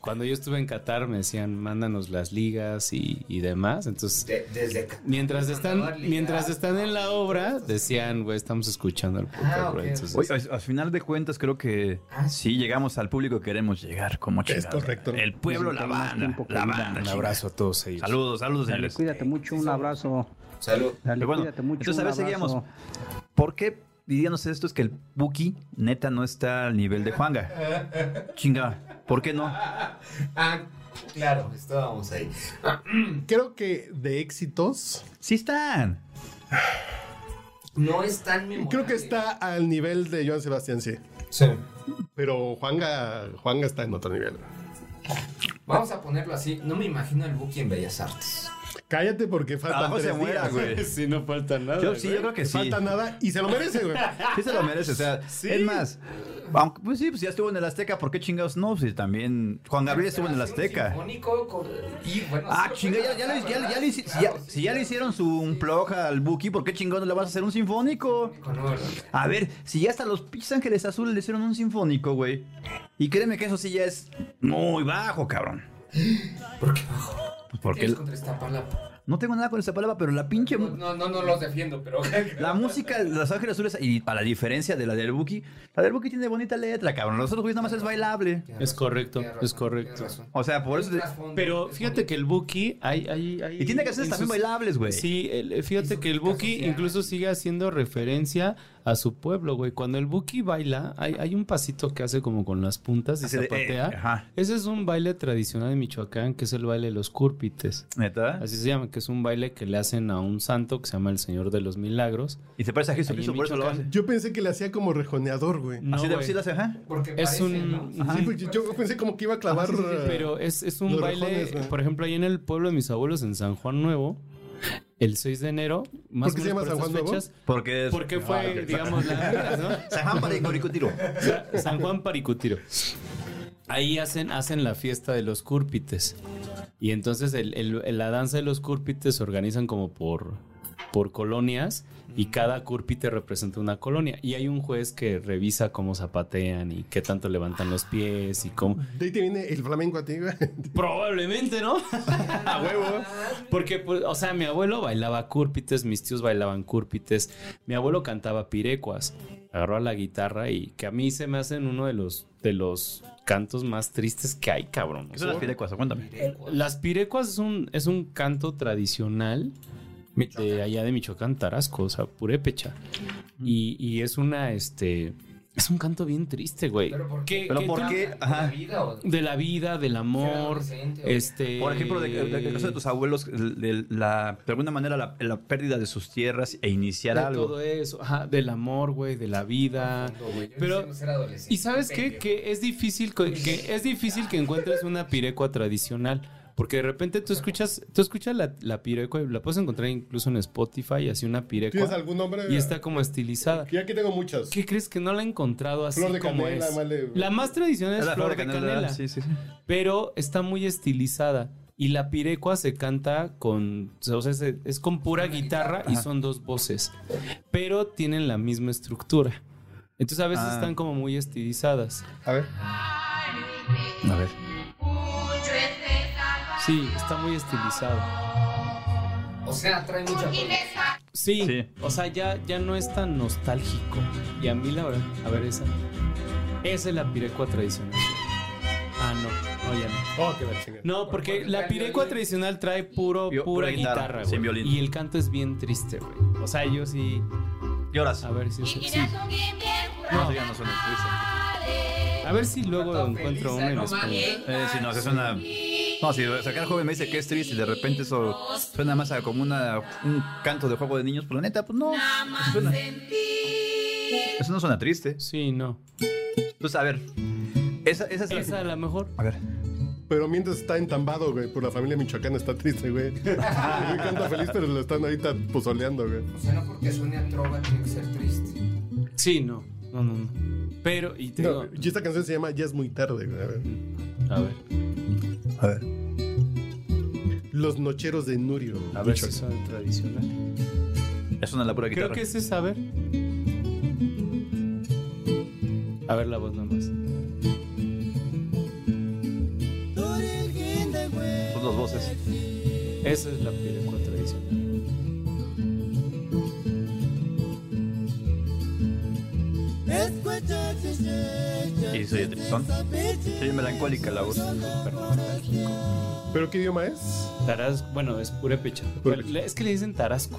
H: Cuando yo estuve en Qatar me decían, mándanos las ligas y, y demás. Entonces,
I: De- desde acá.
H: mientras
I: Mandaba
H: están,
I: ligar.
H: mientras están en la obra, decían, güey, estamos escuchando el podcast.
I: Ah,
H: güey".
I: ok.
H: Entonces,
J: Oye, al- al final de cuentas creo que Ah, sí llegamos al público que queremos llegar como
G: Es
J: chicas.
G: correcto.
J: El pueblo, la banda, la banda.
H: Un
J: chingada.
H: abrazo a todos ellos.
J: Saludos, saludos,
E: Dale,
J: señores.
E: cuídate mucho, un abrazo.
I: Salud.
E: Dale,
J: Pero bueno,
E: cuídate mucho,
J: entonces a
E: un
J: ver, seguíamos.
E: abrazo.
J: ¿Por qué diríanos esto es que el Buki neta no está al nivel de Juanga? Chinga, ¿por qué no?
I: Ah, claro, estábamos ahí.
G: Creo que de éxitos.
J: Sí están.
I: No es tan memorable.
G: Creo que está al nivel de Joan Sebastián, sí.
I: Sí.
G: Pero Juanga, Juanga está en otro nivel.
I: Vamos a ponerlo así. No me imagino el Buki en Bellas Artes.
G: Cállate porque
J: A lo
G: faltan
J: mejor se
G: tres
J: muera,
G: días.
J: güey.
H: Sí, no falta nada.
J: Yo sí, yo
H: güey.
J: creo que sí.
G: Falta nada y se lo merece, güey.
J: Sí se lo merece, o sea, es más, aunque- pues sí, pues ya estuvo en el Azteca, ¿por qué chingados no? Si también Juan Gabriel estuvo en el
I: Hacer un
J: Azteca.
I: sinfónico con- y bueno,
J: Ah,
I: sí lo Ah,
J: chinga, ya, ya, le, ya le- ya le hici- si ya- si ya le hicieron su un plug al Buki, ¿por qué chingados no le vas a hacer un sinfónico?
I: Con oro.
J: A ver, si ya hasta los Pis Ángeles Azules le hicieron un sinfónico, güey. Y créeme que eso sí ya es muy bajo, cabrón.
I: ¿Por qué bajo?
J: Pues Porque
I: Tienes
J: el-
I: contra Iztapalapa.
J: no tengo nada con esa palabra, pero la pinche...
I: No, no, no, no los defiendo, pero.
J: La música de Los Ángeles Azules, y a la diferencia de la del Buki, la del Buki tiene bonita letra, cabrón. Los otros güeyes nada más es bailable.
H: Es correcto,
I: Tienes razón,
H: es
I: tienes
H: correcto.
I: razón.
J: O sea, por eso... te-
I: Trasfondo,
H: Pero
I: es
H: fíjate que el Buki hay, hay, hay-
J: Y tiene canciones
H: en sus-
J: también bailables, güey.
H: Sí, el- eh, fíjate que el
I: crítica
H: Buki
I: social.
H: incluso sigue haciendo referencia a su pueblo, güey. Cuando el Buki baila, hay, hay un pasito que hace como con las puntas y
J: Así de, eh,
H: zapatea.
J: ajá.
H: Ese es un baile tradicional de Michoacán, que es el baile de los cúrpites.
J: ¿Neta?
H: Así se llama, que es un baile que le hacen a un santo que se llama el Señor de los Milagros.
J: Y se parece a
H: Ahí
J: Jesucristo,
H: en
J: por eso lo hace.
H: Michoacán.
G: Yo pensé que le hacía como rejoneador, güey.
H: No,
J: Así de
H: güey.
J: sí lo hace, ajá.
I: Porque
H: es
I: parece,
H: un...
I: ¿no?
H: Ajá.
G: Sí, porque yo pensé como que iba
H: Ah,
G: a clavar. eh,
H: Pero es, es un
G: Los
H: baile,
G: rejones, ¿no?
H: por ejemplo, ahí en el pueblo de mis abuelos, en San Juan Nuevo, el 6 de enero, más
G: ¿Por qué
H: o
G: se
H: menos
G: llama
H: por
G: San
H: esas
G: Juan Nuevo?
H: fechas,
J: Porque es...
H: porque fue,
J: Ah, ok.
H: digamos, la ¿no?
J: San Juan para el Coricutiro.
H: Sa- San Juan Paricutiro. Ahí hacen, hacen la fiesta de los cúrpites. Y entonces el- el- la danza de los cúrpites se organizan como por, por colonias y cada cúrpite representa una colonia. Y hay un juez que revisa cómo zapatean y qué tanto levantan los pies y cómo...
G: De ahí te viene el flamenco a ti, güey.
H: Probablemente, ¿no? A huevo. Porque, pues, o sea, mi abuelo bailaba cúrpites, mis tíos bailaban cúrpites, mi abuelo cantaba pirecuas, agarró a la guitarra y que a mí se me hacen uno de los, de los cantos más tristes que hay, cabrón. O
J: ¿Qué
H: sea,
J: son las pirecuas? Cuéntame.
H: las pirecuas es un, es un canto tradicional de allá de Michoacán, Tarasco, o sea, purépecha. Y, y es una, este, es un canto bien triste, güey.
I: Pero ¿por qué?
J: Pero ¿por qué? Ajá.
I: vida o-
H: De la vida, del amor,
I: Ser adolescente, o-
H: este...
J: Por ejemplo, de, de- el caso de tus abuelos, de, la, de alguna manera la, la pérdida de sus tierras e iniciar
H: de
J: algo.
H: todo eso, ajá, del amor, güey, de la
G: Ah,
H: vida.
I: Yo
H: Pero-
I: quisiera ser adolescente,
H: Y sabes qué,
I: pendejo.
H: que es difícil co- que es difícil que encuentres una pirecua tradicional. Porque de repente tú escuchas, tú escuchas la, la pirecua, y la puedes encontrar incluso en Spotify, así una pirecua.
G: ¿Tienes algún nombre?
H: Ah, Y está como estilizada.
G: Yo aquí tengo muchas.
H: ¿Qué crees que no la he encontrado así
G: Flor de
H: como
G: canela,
H: es?
G: vale.
H: La más tradicional es
J: la
H: flor de canela.
J: Sí, sí, sí.
H: Pero está muy estilizada. Y la pirecua se canta con. O sea, se- es con pura guitarra y
J: Ajá.
H: son dos voces. Pero tienen la misma estructura. Entonces a veces
J: Ah.
H: están como muy estilizadas.
G: A ver.
J: A ver.
H: Sí, está muy estilizado.
I: O sea, trae mucha.
H: Sí,
J: Sí.
H: o sea, ya, ya no es tan nostálgico. Y a mí la verdad, a ver esa. Esa es la pirecua tradicional. Ah, no, no, ya no.
G: Oh, qué la chingada.
H: No, porque la pirecua tradicional trae puro,
J: Yo-
H: pura
J: pura guitarra,
H: guitarra,
J: sin
H: güey.
J: violín.
H: Y el canto es bien triste, güey. O sea, yo sí.
J: Lloras.
H: A ver si sí,
J: No, sí, ya no suena triste.
H: A ver si luego encuentro uno en español.
J: Eh, sí, no, se suena. No, si sacar joven me dice que es triste y de repente eso suena más a como una, un canto de juego de niños, pues la neta, pues no. eso suena- Eso no suena triste.
H: Sí, no.
J: Pues a ver. Esa, esa es la-
H: Esa a lo mejor.
J: A ver.
G: Pero mientras está entambado, güey, por la familia michoacana está triste, güey. Me encanta feliz, pero lo están ahorita pozoleando, güey.
I: O sea, no porque suene a trova tiene que ser triste.
H: Sí, no. No, no, no. Pero, y te
G: No,
H: digo.
G: y esta canción se llama Ya es muy tarde, güey. A ver.
H: A ver,
J: A ver.
G: Los nocheros de Nurio.
H: a ver si
G: Michoacán.
H: son tradicional.
J: Ya suena la pura
H: Creo
J: guitarra.
H: que es esa, a ver. A ver la voz nomás.
J: Son dos voces.
H: Esa es la pirecua tradicional.
J: Y soy tristón. Soy melancólica la voz.
G: ¿Pero qué idioma es?
H: Tarasco, bueno, es purépecha.
G: Purépecha.
H: Es que le dicen tarasco.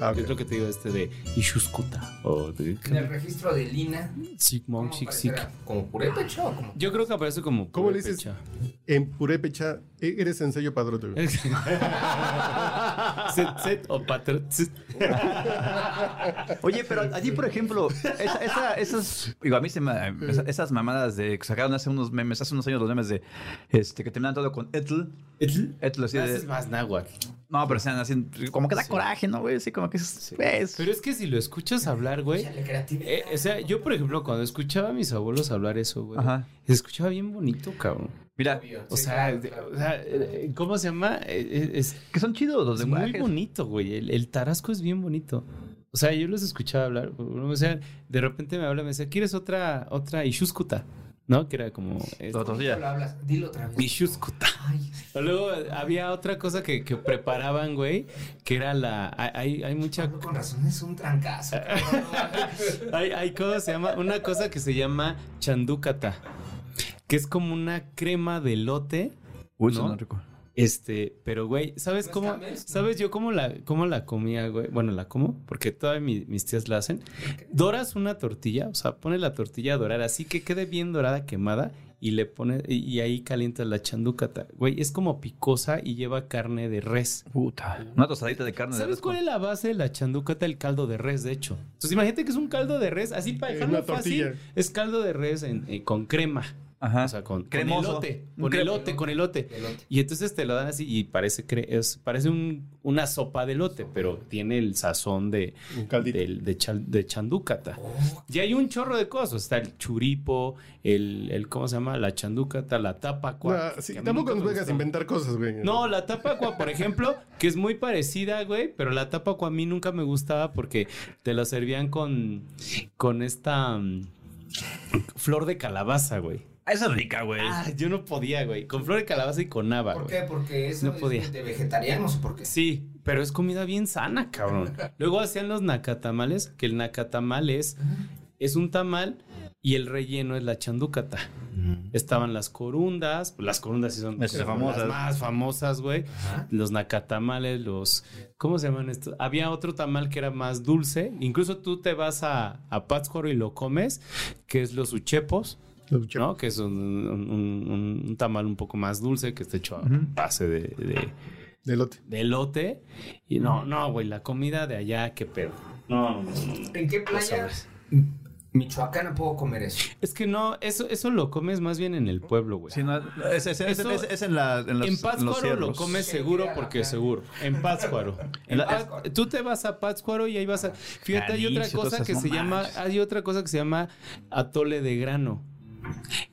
G: Ah, ok.
H: que Es lo que te digo este de Ishuskuta. O de
I: En el registro de Lina.
H: Sigmon
I: ¿cómo
H: Sik
I: aparecerá? ¿Como purépecha o como.?
H: Yo creo que aparece como.
G: ¿Cómo le dices?
H: purépecha.
G: En purépecha, e- eres en sello padrote, güey.
H: Set, set o patr- tsit.
J: Oye, pero allí, por ejemplo, esa- esa- esas, digo, a mí se me-
H: Mm.
J: esa- esas mamadas de que sacaron hace unos memes, hace unos años los memes de este que terminan todo con etl. Etl. Etl así
H: Ah, ese es
J: de.
H: más náhuatl.
J: No, pero sean así, como que da coraje, ¿no, güey? Así como que es. pues, es-
H: Pero es que si lo escuchas hablar, güey.
I: Chale, creatividad.
H: eh, o sea, yo, por ejemplo, cuando escuchaba a mis abuelos hablar eso, güey,
J: Ajá.
H: se escuchaba bien bonito, cabrón.
J: Mira,
H: O sea, de- o sea, eh, ¿cómo se llama? Eh, eh, Es,
J: que son chidos los
H: es muy
J: lenguajes.
H: bonito, güey. El, el tarasco es bien bonito. O sea, yo los escuchaba hablar. O sea, de repente me habla, me decía, ¿quieres otra, otra ishuskuta? ¿No? Que era como. eh,
J: Los dos
I: Ya
J: días.
I: lo hablas, dilo otra vez.
H: Ishuskuta. O Luego eh, había otra cosa que, que preparaban, güey, que era la. Hay, hay mucha.
I: Pablo, con razón es un trancazo.
H: Hay, hay cosa, se llama, una cosa que se llama chandúcata, que es como una crema de lote.
J: Uy,
H: ¿no?
J: son rico.
H: Este, pero güey, ¿sabes
I: No es
H: cómo?
I: camel, ¿no?
H: ¿Sabes yo cómo la, cómo la comía, güey? Bueno, la como, porque todavía mi- mis tías la hacen. Doras una tortilla, o sea, pones la tortilla a dorar así que quede bien dorada, quemada, y le pones, y, y ahí calientas la chandúcata. Güey, es como picosa y lleva carne de res.
J: Puta. Una tostadita de carne de
H: ¿Sabes
J: res con-
H: cuál es la base de la chanducata? El caldo de res, de hecho. Entonces imagínate que es un caldo de res, así para
G: En
H: dejarlo
G: una tortilla.
H: fácil, es caldo de res en- eh, con crema.
J: Ajá.
H: O sea, con, con
J: Cremoso.
H: elote.
J: Un
H: Con
J: crema-
H: elote, con elote.
I: Elote.
H: Y entonces te lo dan así y parece cre- es- parece un- una sopa de elote, pero tiene el sazón de,
G: Un caldito.
H: del- de, chal- de chandúcata.
J: Oh.
H: Y hay un chorro de cosas. Está el churipo, el, el- ¿cómo se llama? La chandúcata, la tapa.
G: No, Ah, sí, tampoco nos vengas a inventar cosas, güey.
H: No, la tapacua, por ejemplo, que es muy parecida, güey, pero la tapacua a mí nunca me gustaba porque te la servían con, con esta mm, flor de calabaza, güey.
J: Ah, Esa es rica, güey.
H: Ah, yo no podía, güey. Con flor de calabaza y con nava,
I: ¿Por
H: güey.
I: qué? Porque eso
H: No podía.
I: es de vegetarianos. ¿Por qué?
H: Sí, pero es comida bien sana, cabrón. Luego hacían los nacatamales, que el nacatamal es, es un tamal y el relleno es la chandúcata.
J: Mm.
H: Estaban las corundas, pues las corundas sí son
J: Esas famosas.
H: las más famosas, güey.
I: Ajá.
H: Los nacatamales, los... ¿Cómo se llaman estos? Había otro tamal que era más dulce. Incluso tú te vas a, a Pátzcuaro y lo comes, que es los uchepos.
G: Los uchepos.
H: ¿no? Que es un, un- un- un tamal un poco más dulce que está hecho a base de- de,
G: De lote.
H: de elote. Y no, no, güey, la comida de allá, qué pedo. No, no, no, no.
I: ¿En qué playa Mm,
H: sabes.
I: Michoacán no puedo comer eso.
H: Es que no, eso, eso lo comes más bien en el pueblo, güey.
J: es- es- es- es- es en la- en los- en los
H: Pátzcuaro lo
J: cierros.
H: comes seguro porque seguro. En Pátzcuaro. En
J: la-
H: Pá- tú te vas a Pátzcuaro y ahí vas a. Fíjate, hay otra
J: Jalisco, todas
H: cosa
J: esas
H: que se llama.
J: mamadas.
H: Hay otra cosa que se llama atole de grano.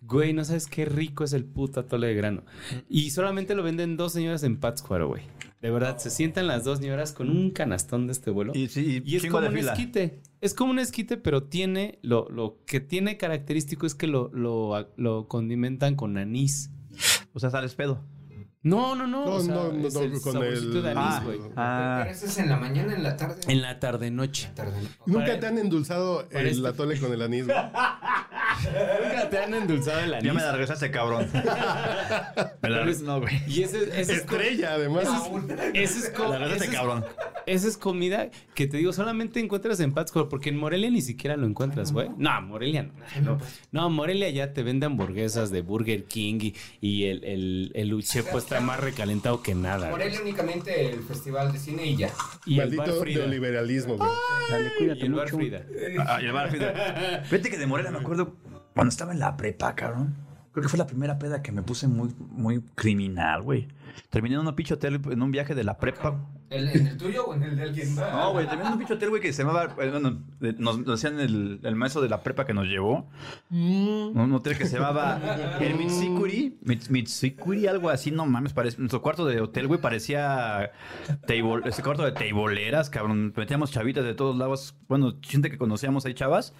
H: Güey, no sabes qué rico es el puto atole de grano. Y solamente lo venden dos señoras en Pátzcuaro, güey. De verdad, se sientan las dos señoras con un canastón de este vuelo. Y, es
J: chingo
H: como
J: de
H: un
J: fila.
H: esquite. Es como un esquite, pero tiene. Lo, lo que tiene característico es que lo, lo, lo condimentan con anís.
J: O sea, sales pedo.
H: No, no, no.
G: No,
H: o sea,
G: no, no,
H: es
G: no,
H: el
G: con
H: saborcito
G: el-
H: de
G: Ah,
H: anís, güey.
J: ah.
I: Pero eso es en la mañana, en la tarde.
H: En la tarde noche.
G: Nunca te han endulzado
H: Para
G: el
H: este-
G: atole con el anís. güey?
H: Nunca te han endulzado el anís.
J: Ya me la regresaste, cabrón. Me la No, güey.
H: Y ese, ese es co-
G: Estrella, además.
H: ese es co-
J: La regresaste,
H: ese es-
J: cabrón.
H: esa es comida que te digo, solamente encuentras en Pátzcuaro, porque en Morelia ni siquiera lo encuentras, güey. No, Morelia no. No, pues. No, Morelia ya te vende hamburguesas de Burger King y, y el, el, el Uchepo está más recalentado que nada. güey.
I: Morelia únicamente el festival de cine y ya.
H: Y el bar
G: Maldito
H: Frida.
G: neoliberalismo, güey.
E: Dale,
H: Y
E: cuídate
H: el bar
E: mucho.
H: Frida.
J: Ah, y el bar, fíjate. Fíjate que de Morelia me acuerdo cuando estaba en la prepa, cabrón. Creo que fue la primera peda que me puse muy, muy criminal, güey. Terminé en un pinche hotel en un viaje de la prepa.
I: ¿El, ¿En el tuyo o en el de alguien más?
J: No, güey, terminé en un pinche hotel, güey, que se llamaba. eh, Bueno, eh, nos, nos hacían el, el maestro de la prepa que nos llevó. Un hotel que se llamaba el Mitsikuri. Mits- Mitsikuri, algo así, no mames. Parece, nuestro cuarto de hotel, güey, parecía table, ese cuarto de teiboleras, cabrón. Metíamos chavitas de todos lados. Bueno, gente que conocíamos ahí, chavas.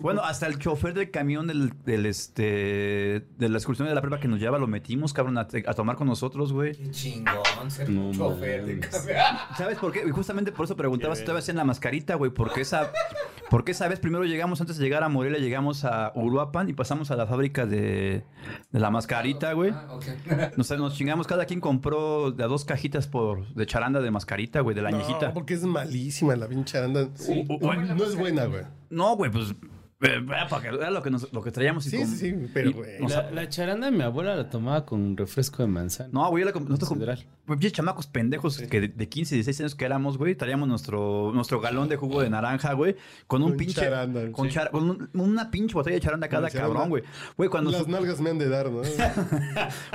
J: Bueno, hasta el chofer del camión del, del, este, de la excursión de la prepa que nos llevaba lo metimos, cabrón, a, a tomar con nosotros, güey.
I: Qué chingón ser
H: No
I: un chofer de
H: mames.
I: café.
J: ¿Sabes por qué? Y Justamente por eso preguntaba si estabas en la mascarita, güey. Porque esa, porque esa vez primero llegamos, antes de llegar a Morelia, llegamos a Uruapan y pasamos a la fábrica de, de la mascarita, güey.
I: Ah, ok.
J: Nos, nos chingamos, cada quien compró de a dos cajitas por, de charanda de mascarita, güey, de la
G: No,
J: añejita.
G: porque es malísima la pinche anda.
J: U- u- güey,
G: No es buena, güey.
J: No, güey, pues. eh, Era para que- era lo que, nos- lo que traíamos. y
G: Sí,
J: com-
G: sí, sí, pero
J: y-
G: güey.
J: o sea,
H: La, la charanda de mi abuela la tomaba con refresco de manzana.
J: No, güey, yo la com- nosotros com-
H: Sidral.
J: Pues pinches chamacos pendejos que de, de 15, 16 años que éramos, güey, traíamos nuestro, nuestro galón de jugo de naranja, güey, con un
G: Con
J: pinche.
G: charanda,
J: con,
G: sí.
J: char- con un- una pinche botella de charanda cada
G: charanda.
J: cabrón, güey. Güey, cuando.
G: Las
J: su-
G: nalgas me han de dar, ¿no?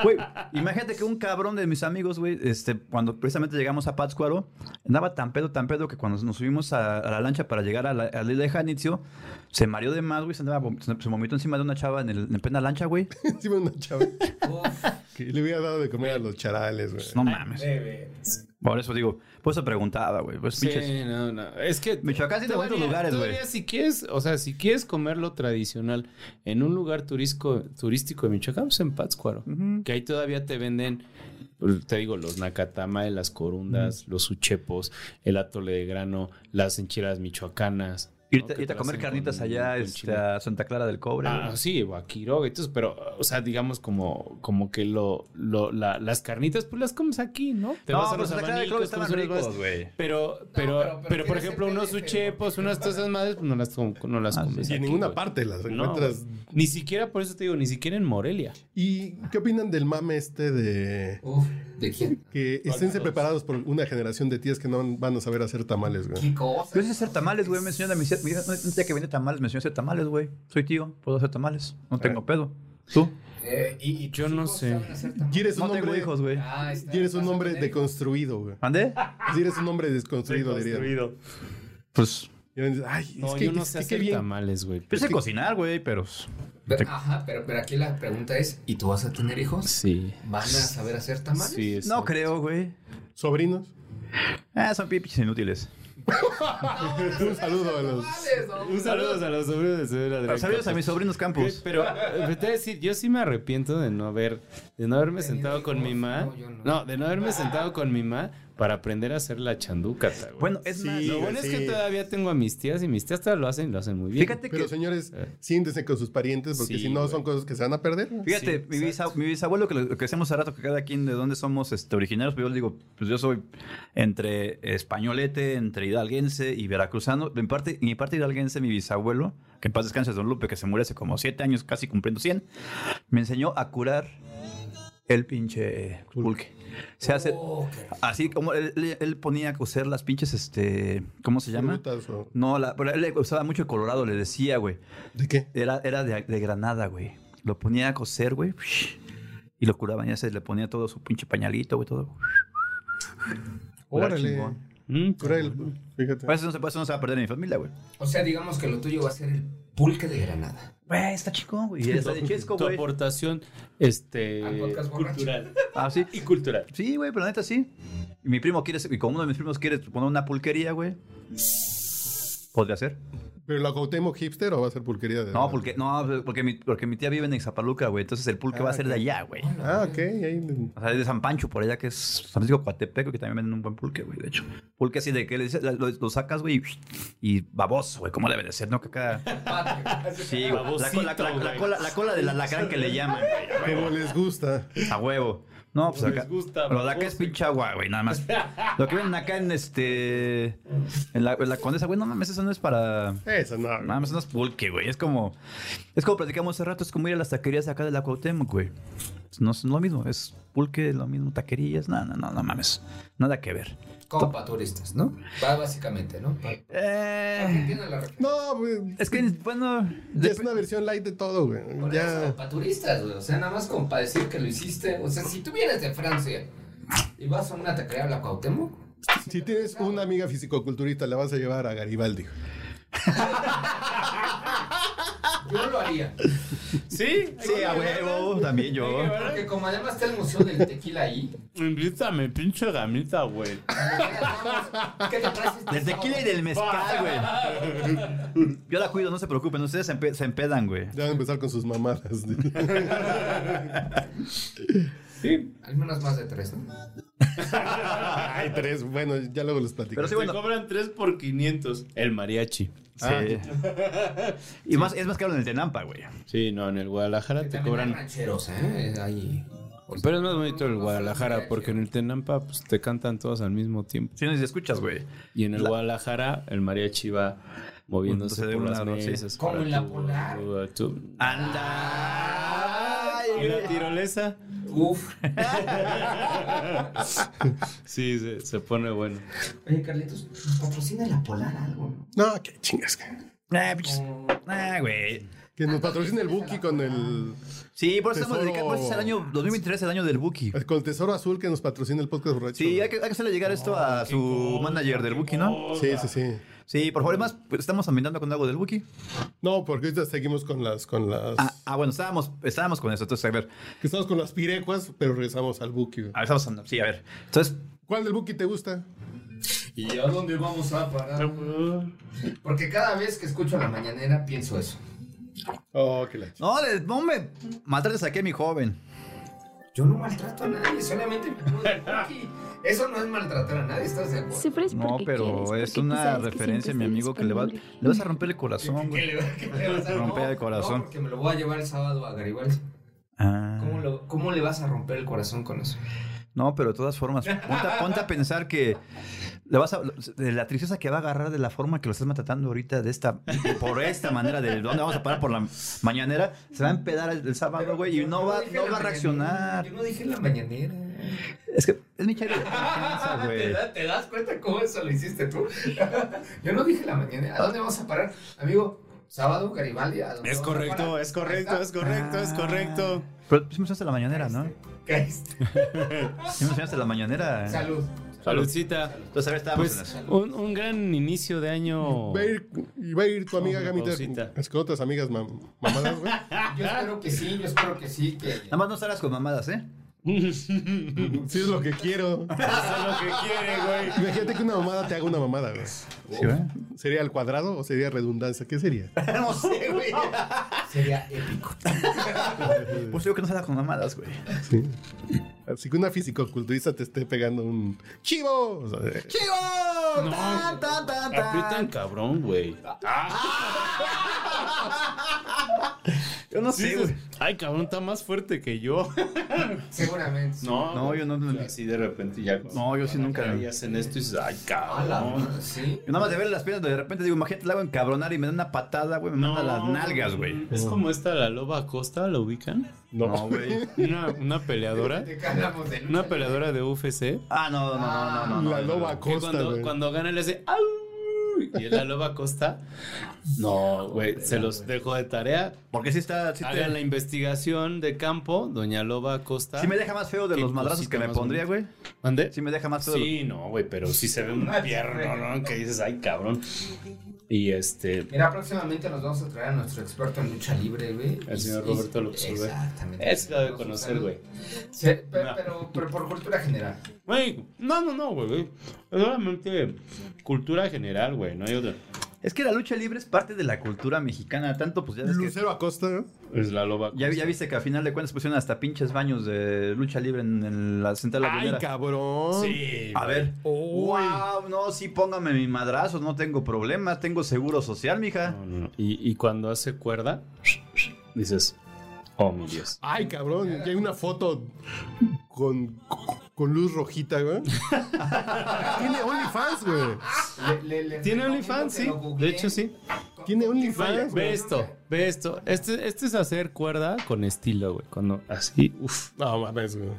J: güey, imagínate que un cabrón de mis amigos, güey, este, cuando precisamente llegamos a Pátzcuaro, andaba tan pedo, tan pedo que cuando nos subimos a, a la lancha para llegar a la, a la isla de Janitzio, se mareó de más, güey, se, andaba vom- se- se vomitó encima de una chava en, el, en plena lancha, güey.
G: Encima de una chava. Que le hubiera dado de comer a los charales, güey.
J: Pues, no mames.
G: Eh.
J: Por eso digo, por eso preguntaba, güey. Pues
H: Sí,
J: pinches.
H: no, no. Es que.
J: Michoacán sí tiene
H: Todavía-
J: bonitos lugares, güey.
H: todavía si quieres, o sea, si quieres comer lo tradicional en un lugar turisco, turístico de Michoacán, pues en Pátzcuaro. Que ahí todavía te venden, pues, te digo, los nakatama, las corundas, los uchepos, el atole de grano, las enchiladas michoacanas. ¿no?
J: Irte,
H: Que
J: irte a
H: te
J: comer
H: hacen
J: carnitas
H: con-
J: allá
H: con
J: este,
H: chile.
J: a Santa Clara del Cobre.
H: Ah,
J: güey.
H: sí, o a Quiroga, entonces, pero, o sea, digamos como, como que lo, lo- la- las carnitas, pues las comes aquí, ¿no? Te
J: no, pues
H: vas a
J: pero
H: los
J: Santa Clara del Cobre
H: abanicos,
J: estaban
H: comes unas
J: ricos, güey.
H: pero,
I: pero-
H: pero,
I: pero
H: pero,
I: quiero
H: por
I: ser
H: ejemplo, unos
I: PDC,
H: uchepos, unas todas esas madres, pues no las, com- no las
J: Ah, sí.
H: comes.
G: Y en
H: aquí,
G: ninguna
H: güey.
G: parte las
H: No,
G: encuentras.
H: güey. Ni siquiera, por eso te digo, ni siquiera en Morelia.
G: ¿Y qué opinan del mame este de
I: Uf, ¿de quién?
G: que esténse preparados por una generación de tías que no van a saber hacer tamales, güey?
I: ¿Qué cosa?
J: Yo sé hacer tamales, güey. Me enseñó a mi tía- mi tía- un día que vende tamales, me enseñó a hacer tamales, güey. Soy tío, puedo hacer tamales. No tengo pedo. ¿Tú?
I: Eh, y, y tus
H: Yo no
I: hijos
H: sé.
I: saben hacer tamales?
G: Eres
J: No
G: un
J: tengo
G: hombre,
J: hijos, güey.
I: Ah, está,
G: y eres un
I: vas a
G: hombre
I: tener-
G: deconstruido, güey.
J: ¿Ande?
G: Si eres un hombre desconstruido, diría.
J: Pues.
G: Y dicen, Ay,
H: No,
G: es que,
H: yo no
G: es
H: sé
G: que qué
H: hacer
G: bien.
H: tamales, güey.
J: Yo sé cocinar, güey, pero.
I: Pero- Ajá, pero, pero aquí la pregunta es, ¿y tú vas a tener hijos?
H: Sí.
I: ¿Van a saber hacer tamales?
H: Sí, es-
J: No creo, güey.
G: Sobrinos.
J: Ah, son pipis inútiles.
G: Un saludo a los.
H: Un saludo a los sobrinos de Severo Adrián
J: Saludos a mis sobrinos pues.
H: Güey,
J: Campos.
H: Pero eh, te voy a decir, yo sí me arrepiento de no haber, de no haberme sentado con mi ma.
I: No,
H: No,
I: yo no.
H: de no haberme sentado con mi ma para aprender a hacer la chanducata, güey.
J: Bueno, es
G: Sí,
J: más.
H: lo
G: güey,
H: bueno es que
G: sí.
H: todavía tengo a mis tías y mis tías todavía lo hacen y lo hacen muy bien.
J: Fíjate que.
G: Pero señores,
J: Eh.
G: siéntense con sus parientes porque
H: Sí,
G: si no
H: güey.
G: son cosas que se van a perder.
J: Fíjate, mi, bisa- mi bisabuelo, que lo lo que decíamos hace rato, que cada quien de dónde somos este, originarios, pues yo le digo, pues yo soy entre españolete, entre hidalguense y veracruzano. En parte, mi parte hidalguense, mi bisabuelo, que en paz descanse, don Lupe, que se murió hace como siete años, casi cumpliendo 100, me enseñó a curar el pinche pulque. Se hace así como él, él- él ponía a cocer las pinches, este, ¿cómo se llama?
G: Frutas, o-
J: No, la, pero él le usaba mucho Colorado, le decía, güey.
G: ¿De qué?
J: Era, era de, de Granada, güey. Lo ponía a cocer, güey. Y lo curaban, ya se le ponía todo su pinche pañalito, güey, todo. Era
G: Órale.
J: chingón.
H: Mm,
G: Órale, Fíjate.
J: Por Eso no, se, por eso no se va a perder en mi familia, güey.
I: O sea, digamos que lo tuyo va a ser el pulque de Granada.
J: Güey, está chingón, güey. Y está de chesco,
H: pues, tu
J: güey.
H: aportación este,
I: Al podcast borracho.
H: cultural.
J: Ah, sí.
H: Y cultural.
J: Sí, güey, pero la neta sí. Y mi primo quiere, y como uno de mis primos quiere poner una pulquería, güey. Podría ser.
G: ¿Pero la Cuauhtémoc hipster o va a ser pulquería de.?
J: No, porque, no, porque mi, porque mi tía vive en Exapaluca, güey. Entonces el pulque
G: Ah,
J: va a ser de
G: ok.
J: allá, güey.
G: Ah, ok. ahí-
J: O sea, de San Pancho, por allá que es San Francisco Coatepeco, que también venden un buen pulque, güey, de hecho. Pulque así de que le dices- lo, lo sacas, güey, y, y baboso, güey, ¿cómo debe de ser, no? Que acá... Sí, güey, la, cola- la- la- la cola, la cola del alacrán que le llaman, güey, a
G: Como
J: huevo.
G: les gusta.
J: A huevo. No, pues
H: les
J: acá...
H: gusta,
J: Lo de acá es pinche agua, güey, nada más. Lo que venden acá en este... En la, en la condesa, güey, no mames, eso no es para...
G: Eso no.
J: Nada más no es pulque, güey. Es como. Es como platicamos hace rato, es como ir a las taquerías acá de la Cuauhtémoc, güey. No es lo mismo, es pulque, lo mismo, taquerías, no, no, no, no mames. Nada que ver.
I: Como para turistas, ¿no? Va básicamente, ¿no? Pa-
J: Eh,
I: Entiendo la referencia.
G: No, güey.
J: es que, bueno.
G: Ya
J: de-
G: es una versión light de todo, güey.
I: Por eso,
G: Ya.
I: como Para turistas, güey. O sea, nada más como para decir que lo hiciste. O sea, si tú vienes de Francia y vas a una taquería a la Cuauhtémoc,
G: Si tienes una amiga fisicoculturista, la vas a llevar a Garibaldi.
I: yo lo haría.
H: Sí,
J: Sí, a huevo, también yo.
I: Porque como además está el Museo del Tequila ahí,
H: Invítame, pinche gamita, güey.
I: ¿qué te traes este
J: Del tequila y del mezcal, güey. Yo la cuido, no se preocupen, ustedes se, empe- se empedan, güey.
G: Ya van a empezar con sus mamadas.
H: Sí.
I: Al menos más de tres, ¿no?
G: Ay, tres. Bueno, ya luego les platico.
J: Pero sí,
H: Te
J: bueno.
H: cobran 3 por 500. El mariachi.
J: Sí. Y más, es más caro en el Tenampa, güey.
H: Sí, no, en el Guadalajara
I: Que
H: te
I: también hay
H: cobran.
I: rancheros, ¿eh? Ahí.
H: Pero es más bonito el
I: No, no,
H: Guadalajara, porque en el Tenampa pues, te cantan todos al mismo tiempo.
J: Si no nos escuchas, güey.
H: Y en el
J: La-
H: Guadalajara, el mariachi va moviéndose
J: Entonces, de
H: por
J: un
H: las
J: lado, sí.
H: mesas.
I: Como
H: para
I: en la
H: tú,
I: polar.
H: tú, tú.
J: Anda.
H: ¿Y la tirolesa?
I: Uf.
H: Sí, se, se pone bueno.
I: Oye, Carlitos, patrocina la polar algo, ¿no?
G: No, qué chingas. que-
J: Ah, pinches- Ah, güey.
G: Que nos patrocine el Buki con el.
J: Sí, por eso estamos
G: Tesoro.
J: dedicando. Por eso es el año 2023, el año del Buki.
G: Con Tesoro Azul que nos patrocina el podcast borracho.
J: Sí, hay que, hay que hacerle llegar esto a su manager del Buki, ¿no?
G: Sí, sí, sí.
J: Sí, por favor, además, pues, estamos ambientando con algo del Buki.
G: No, porque ahorita seguimos con las. Con las
J: Ah, ah, bueno, estábamos, estábamos con eso. Entonces, a ver,
G: Que estamos con las pirecuas, pero regresamos al Buki. güey.
J: a ver, estamos andando. Sí, a ver. Entonces,
G: ¿Cuál del Buki te gusta?
I: ¿Y a dónde vamos a parar? Porque cada vez que escucho la mañanera pienso eso.
G: Oh, qué la.
J: no, le- no me maltrates aquí a mi joven.
I: Yo no maltrato a nadie, solamente me pongo de aquí. Eso no es maltratar a nadie, ¿estás de acuerdo?
F: Sufres
J: No,
F: porque
J: pero
F: Pues, quieres,
J: es
F: porque tú
J: una
F: sabes que
J: referencia, mi
F: siempre
J: amigo, que le, va,
F: estás
J: le vas a romper el corazón,
I: ¿Qué
J: güey.
I: le va- qué le vas a
J: Rompe
I: no,
J: el corazón.
I: No, porque me lo voy a llevar el sábado a Garibaldi.
J: Ah.
I: ¿Cómo, lo- cómo le vas a romper el corazón con eso?
J: No, pero de todas formas, ponte, ponte a pensar que le vas a- de la tristeza que va a agarrar de la forma que lo estás tratando ahorita, de esta, por esta manera, de dónde vamos a parar por la mañanera, se va a empedar el, el sábado, güey, y no va,
I: dije
J: no
I: la
J: va a
I: mañanera,
J: reaccionar.
I: Yo no dije la mañanera.
J: Es que es mi chairo de confianza,
I: ¿Te,
J: güey.
I: da- te das cuenta cómo eso lo hiciste tú? Yo no dije la mañanera. ¿A dónde vamos a parar? Amigo, sábado, Garibaldi. ¿a dónde
H: Es
I: vamos a
H: correcto,
I: parar?
H: es correcto,
I: Ahí
H: es correcto, es correcto.
J: Pero sí me usaste la mañanera, ¿no?
I: está. Este, Caíste.
J: Sí me enseñaste la mañanera.
I: Salud.
H: Saludcita.
J: Entonces, a ver, estábamos en
H: Pues
J: eso.
H: un, un gran inicio de año.
G: Va a ir, y va a ir
J: Oh,
G: tu amiga
H: Vamos a
G: Gamita
H: pausita.
G: es con otras amigas mam- mamadas, güey.
I: Yo espero que sí, yo espero que sí. Que...
J: Nada más no salgas con mamadas, ¿eh?
G: Sí, es lo que quiero.
H: lo que quiere, güey.
G: Imagínate que una mamada te haga una mamada, güey.
J: Sí, güey.
G: ¿Sería al cuadrado o sería redundancia? ¿Qué sería?
J: No sé, güey.
I: Sería épico.
J: Pues digo que no salgas con mamadas, güey.
G: Sí. Así que una fisicoculturista te esté pegando un chivo. o sea, eh,
J: ¡Chivo! ¡Tan, tan, tan, tan!
H: Aprietan cabrón, güey.
J: Yo no sé, güey.
H: Ay, cabrón, está más fuerte que yo.
I: Seguramente.
H: No,
J: No,
H: güey.
J: yo no.
K: Así de repente ya.
J: No, yo sí nunca.
K: Y hacen esto y dices, ay,
I: Ala,
K: cabrón.
I: sí.
J: Yo nada más de ver las piernas, de repente digo, imagínate, la hago encabronar y me da una patada, güey, me manda las nalgas, güey.
H: Es como esta la loba Acosta, ¿la ubican?
G: No.
J: No, güey.
H: Una, una peleadora.
I: ¿De qué hablamos de lucha?
H: Una peleadora de UFC.
J: Ah, no, no, no, no,
H: Ah.
J: no.
G: la
J: no,
G: loba
J: no.
H: Que
G: Costa,
H: cuando,
G: güey.
H: cuando gana le hace ¡Au! Y es la loba Acosta. No, güey. Se los dejo de tarea.
J: Porque sí está. Sí, te-
H: Hagan Ah, la investigación de campo, doña Loba Acosta.
J: sí me deja más feo de
H: Qué
J: los madrazos
H: cosita
J: que me
H: más
J: pondría, güey.
H: ¿Mande?
J: Sí me deja más feo. de los-
H: Sí, no, güey, pero sí se ve un pierno, ¿no? Que dices, ay, cabrón. Y este,
I: Mira, próximamente nos vamos a traer a nuestro experto en lucha libre, güey.
H: El señor
I: Y- y-
H: Roberto López Obrador.
I: Exactamente.
H: ese lo de conocer, güey.
I: Sí, pe- pero, pero, por cultura general.
H: Güey, no, no, no, güey. Es solamente cultura general, güey, no hay otra.
J: Es que la lucha libre es parte de la cultura mexicana, tanto pues ya ves que.
G: Lucero Acosta, ¿no?
H: Es la loba.
J: Ya, ya viste que a final de cuentas pusieron hasta pinches baños de lucha libre en, en la central
G: Ay,
J: lagunera.
G: cabrón.
H: Sí.
J: A ver.
G: Uy.
J: Wow, no, sí, póngame mi madrazo, no tengo problema, tengo seguro social, mija.
H: No, no, no. Y, y cuando hace cuerda, dices, oh, mi Dios.
G: Ay, cabrón. Ya hay una foto con, con luz rojita, güey. Tiene OnlyFans, güey.
I: Le- le- le
H: Ah, Tiene
I: recomiendo
H: OnlyFans,
I: que
H: sí.
I: lo googleen.
H: De hecho, sí.
G: Tiene
H: Vaya,
G: OnlyFans,
H: ve
G: güey.
H: esto, ve esto. Este, este es hacer cuerda con estilo, güey. Cuando así, uff.
G: No mames, güey.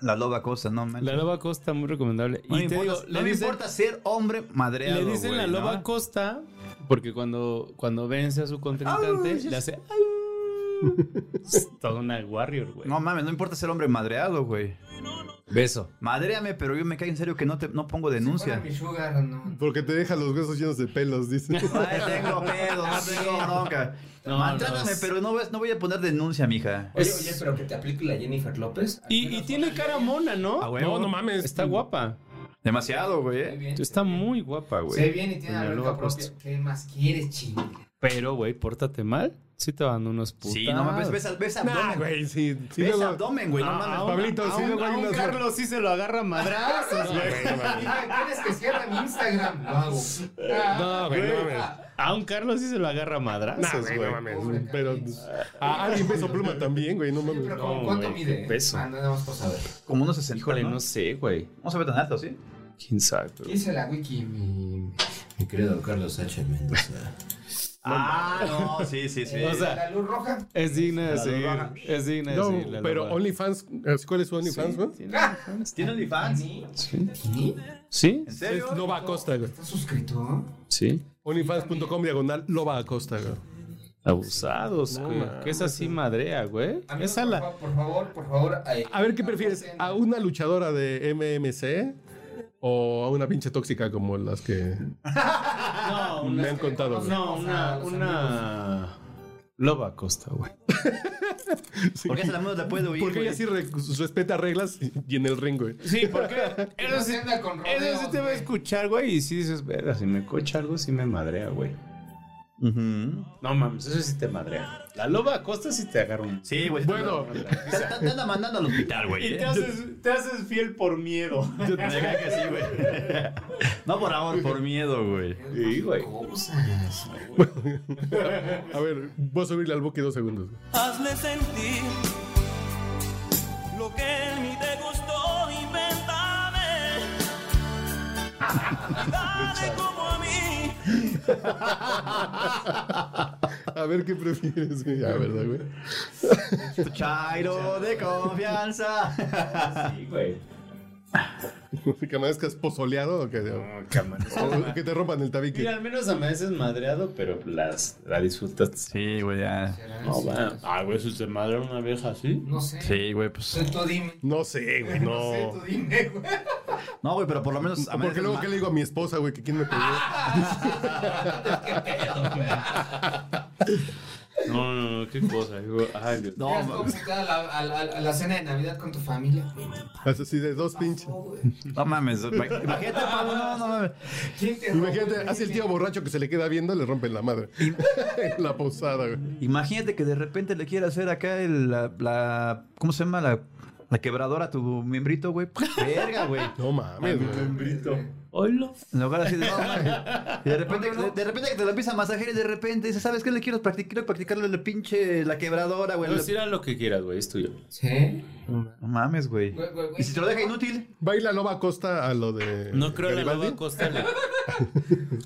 J: La loba cosa, no manches.
H: La loba Costa, muy recomendable.
J: No, me
H: y te
J: importa,
H: digo,
J: no me
H: dicen-
J: importa ser hombre madreado.
H: Le dicen
J: güey,
H: la loba
J: ¿no?
H: Costa porque cuando, cuando vence a su contrincante le hace toda una warrior, güey.
J: No mames, no importa ser hombre madreado, güey.
H: Beso.
J: Madréame, pero yo me caigo en serio que no te no pongo
I: Hola,
J: denuncia.
I: mi sugar, no.
G: Porque te deja los huesos llenos de pelos, dice.
J: Ay, tengo pedo, no tengo bronca.
H: No,
J: Maltrátame,
H: no es-
J: pero no, ves- no voy a poner denuncia, mija.
I: Oye,
H: Es-
I: oye, pero que te aplique la Jennifer López.
H: Y, y tiene cara mona, ¿no?
J: A huevo.
H: mames. Está guapa.
J: Demasiado, güey.
I: Muy
J: eh.
I: bien,
H: Está
I: muy bien.
H: muy guapa, güey.
I: Se ve bien y tiene
H: Doña
I: la
H: Loba
I: loca propia.
H: Costa.
I: ¿Qué más quieres, chinga?
H: Pero, güey, pórtate mal. Sí te van unos putas.
J: Sí, no mames, ves, ves
G: Nah,
J: abdomen.
G: güey, sí. sí
J: ves
G: luego-
J: abdomen, güey, no mames.
G: Pablito, sí, luego hay unas-
H: sí se lo agarra a madrazos,
I: ¿Quieres que cierre mi Instagram? Lo hago.
G: No, güey, no mames.
H: A un Carlos sí se lo agarra a
G: Nah,
H: madrazos,
G: güey,
H: güey.
G: no mames. Pero a alguien peso pluma también, güey, no mames.
I: Pero ¿cómo-
H: No,
I: ¿cuánto
H: güey,
I: mide?
H: qué peso.
I: Ah, nada más por saber.
J: Como unos 60.
H: Híjole,
J: ¿no?
H: no sé, güey.
J: No se ve tan alto, ¿sí?
H: Quién sabe, pero-
I: Dice la wiki mi, mi querido Carlos H. Mendoza.
J: Ah, no, sí, sí, sí.
H: O sea,
I: la luz roja.
H: Es digna de
J: La
H: seguir.
J: loba.
H: Es digna de
G: No,
H: seguir. la
G: pero
H: loba.
G: OnlyFans, ¿cuál es su OnlyFans, güey?
H: ¿Tiene OnlyFans?
J: ¿Tiene OnlyFans?
H: Sí.
I: ¿Tini?
H: ¿Sí?
J: ¿En
G: Es
J: serio?
G: Loba Acosta, güey.
I: ¿Estás suscrito?
H: Sí.
G: OnlyFans.com diagonal Loba Acosta, güey.
H: Abusados, güey.
G: mames.
H: que es así madrea, güey.
I: Amigos,
H: Esa la.
I: Por favor, por favor. Por favor eh,
G: A ver, ¿qué prefieres?
I: aporten.
G: ¿A una luchadora de MMC o a una pinche tóxica como las que
H: No,
G: me han contado? güey?
H: No, una. una... Loba Costa, güey.
J: Porque esa la mano la puede oír.
G: Porque ella
J: güey.
G: sí re- respeta reglas y en el ring, güey.
H: Sí, porque
I: No
H: eso sí,
I: se anda con rodeos,
H: eso sí te va a
I: güey.
H: escuchar, güey. Y si dices, verga, si me cocha algo, sí me madrea, güey.
J: Ujú.
H: No mames, eso sí te madrea. La loba costa sí te agarra un.
J: Sí, güey.
G: Bueno,
J: Te, te- te anda mandando al hospital, güey. ¿eh?
H: haces, te haces fiel por miedo.
J: Deja que sí, güey. No por amor, por miedo, güey.
H: Sí, güey.
I: Cosas.
G: a ver, voy a subirle al boque dos segundos.
D: Hazme sentir lo que en mí te gustó, inventame. Dale como a mí.
G: A ver, ¿qué prefieres, güey? Ya, ¿verdad, güey?
J: Tu chairo de confianza.
H: Sí, güey.
G: ¿Que amanezcas pozoleado o que,
H: No, cámara.
G: o que te rompan el tabique?
H: Mira, al menos a veces madreado, pero las, la disfrutas.
J: Sí, güey, ya.
H: No, va. Ah, güey, si te madrea una vieja así.
I: No sé.
J: Sí, güey, pues.
I: Tú, tú dime.
G: No sé, güey,
I: No sé,
G: no.
I: tú dime, güey.
J: No, güey, pero por lo menos.
G: O Porque luego, ¿qué le digo a mi esposa, güey? Que quién me pegó.
H: No, no, no, qué cosa. digo, Ay, Dios.
J: No,
I: Llegas
J: ma-
I: todo puteado a la, a la- a la cena de Navidad con tu familia.
G: Así de dos pinches.
I: Oh, güey.
J: no mames. güey. Imagínate, Pablo, no, no mames.
I: ¿Quién te
G: Imagínate, hace el tío borracho que se le queda viendo, le rompen la madre. En la posada, güey.
J: Imagínate que de repente le quiera hacer acá el, la, la- ¿Cómo se llama? La La quebradora, a tu membrito, güey. Verga, güey.
G: No mames,
J: mi
G: güey.
J: membrito. Hola. En lugar así de. Y de repente, de, de repente que te lo empieza a masajear y de repente dices, ¿sabes qué le quiero practicar? Quiero practicarle la pinche la quebradora, güey.
H: Pues tira lo que quieras, güey, es tuyo.
I: Sí.
J: No mames, güey. Y si te lo deja inútil.
G: Baila Loba Costa a lo de.
H: No creo la
G: Garibaldi.
H: loba costa. le-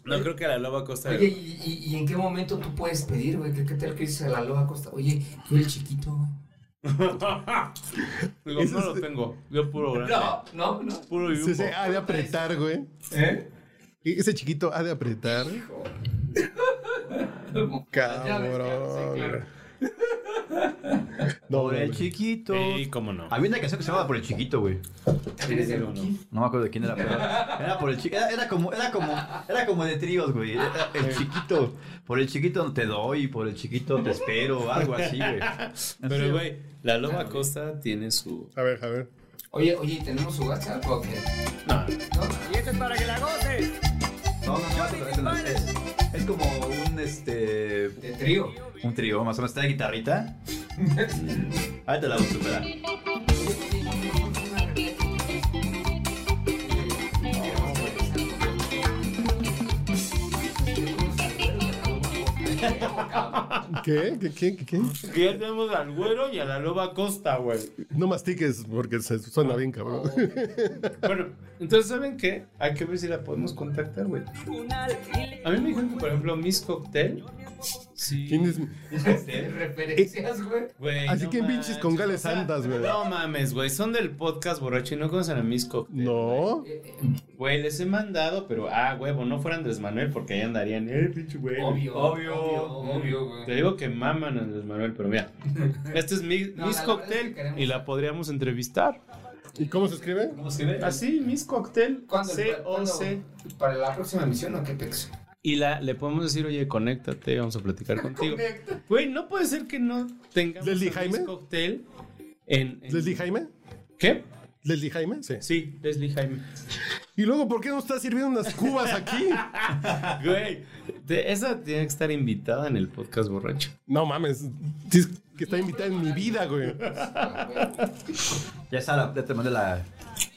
H: No creo que la loba costa.
I: Oye, ¿y, y, y en qué momento tú puedes pedir, güey? ¿Qué, qué tal que dices a la loba costa? Oye, tú el chiquito, güey.
H: Digo, no lo tengo. Yo puro grande.
I: No, no, no.
H: Puro
G: Sí,
H: yumbo.
G: sí, ha de apretar, güey.
I: ¿Eh?
G: E- Ese chiquito ha de apretar. Cabrón. güey. No,
J: Por el
G: güey.
J: chiquito.
H: Sí, cómo no.
J: Había una canción que se llamaba Por el chiquito, güey.
I: ¿También es de Lucky?
J: No me acuerdo de quién era, pero era por el chiquito. Era, era como, era como, era como de tríos, güey. Era El chiquito. Por el chiquito te doy, por el chiquito te espero, algo así, güey.
H: Pero, güey, la loba costa tiene su.
G: A ver, a ver.
I: Oye, oye, ¿tenemos su WhatsApp o qué?
H: No,
I: ¿No?
J: No, no, no, es, es- es como un este.
I: De trío.
J: Un trío, más o menos. Está la guitarrita. Ahí te la voy a superar.
G: ¿Qué? ¿Qué? ¿Qué? ¿Qué? qué?
H: Que ya tenemos al güero y a la loba costa, güey.
G: No mastiques porque se suena bien, cabrón.
H: Bueno, entonces, ¿saben qué? Hay que ver si la podemos contactar, güey. A mí me dijeron que, por ejemplo, Miss Cocktail. Sí.
G: ¿Quién es?
I: Referencias, güey.
H: Güey,
G: Así
H: no
G: que pinches con
H: manches,
G: gales
H: o sea,
G: santas, güey.
H: No mames, güey. Son del podcast borracho y no conocen a Miss Cocktail.
G: No.
H: Güey, les he mandado, pero ah, huevo, no fuera Andrés Manuel porque ahí andarían. Eh, pinche güey.
I: Obvio.
J: Obvio.
I: Obvio,
H: Te
I: güey.
H: digo que maman a Andrés Manuel, pero mira. Este es mi-
I: No,
H: Miss
I: la verdad es
H: Cocktail
I: que queremos-
H: y la podríamos entrevistar.
G: ¿Y cómo se escribe?
J: ¿Cómo se ve?
H: Así, Miss Cocktail,
I: ¿Cuándo?
H: C11.
I: ¿Cuándo? ¿Para la próxima misión o qué pex?
H: Y la, le podemos decir, oye, conéctate, vamos a platicar contigo. Güey, no puede ser que no tengamos
G: ¿Leslie
H: a
G: Jaime?
H: Miss Cocktail en, en-
G: ¿Leslie Jaime?
H: ¿Qué?
G: ¿Leslie Jaime? Sí.
H: Sí, Leslie Jaime.
G: ¿Y luego por qué no estás sirviendo unas cubas aquí?
H: Güey, te- esa tiene que estar invitada en el podcast borracho.
G: No mames. Sí, es que está invitada en mi vida, güey.
J: Ya Sara, ya te mandé la.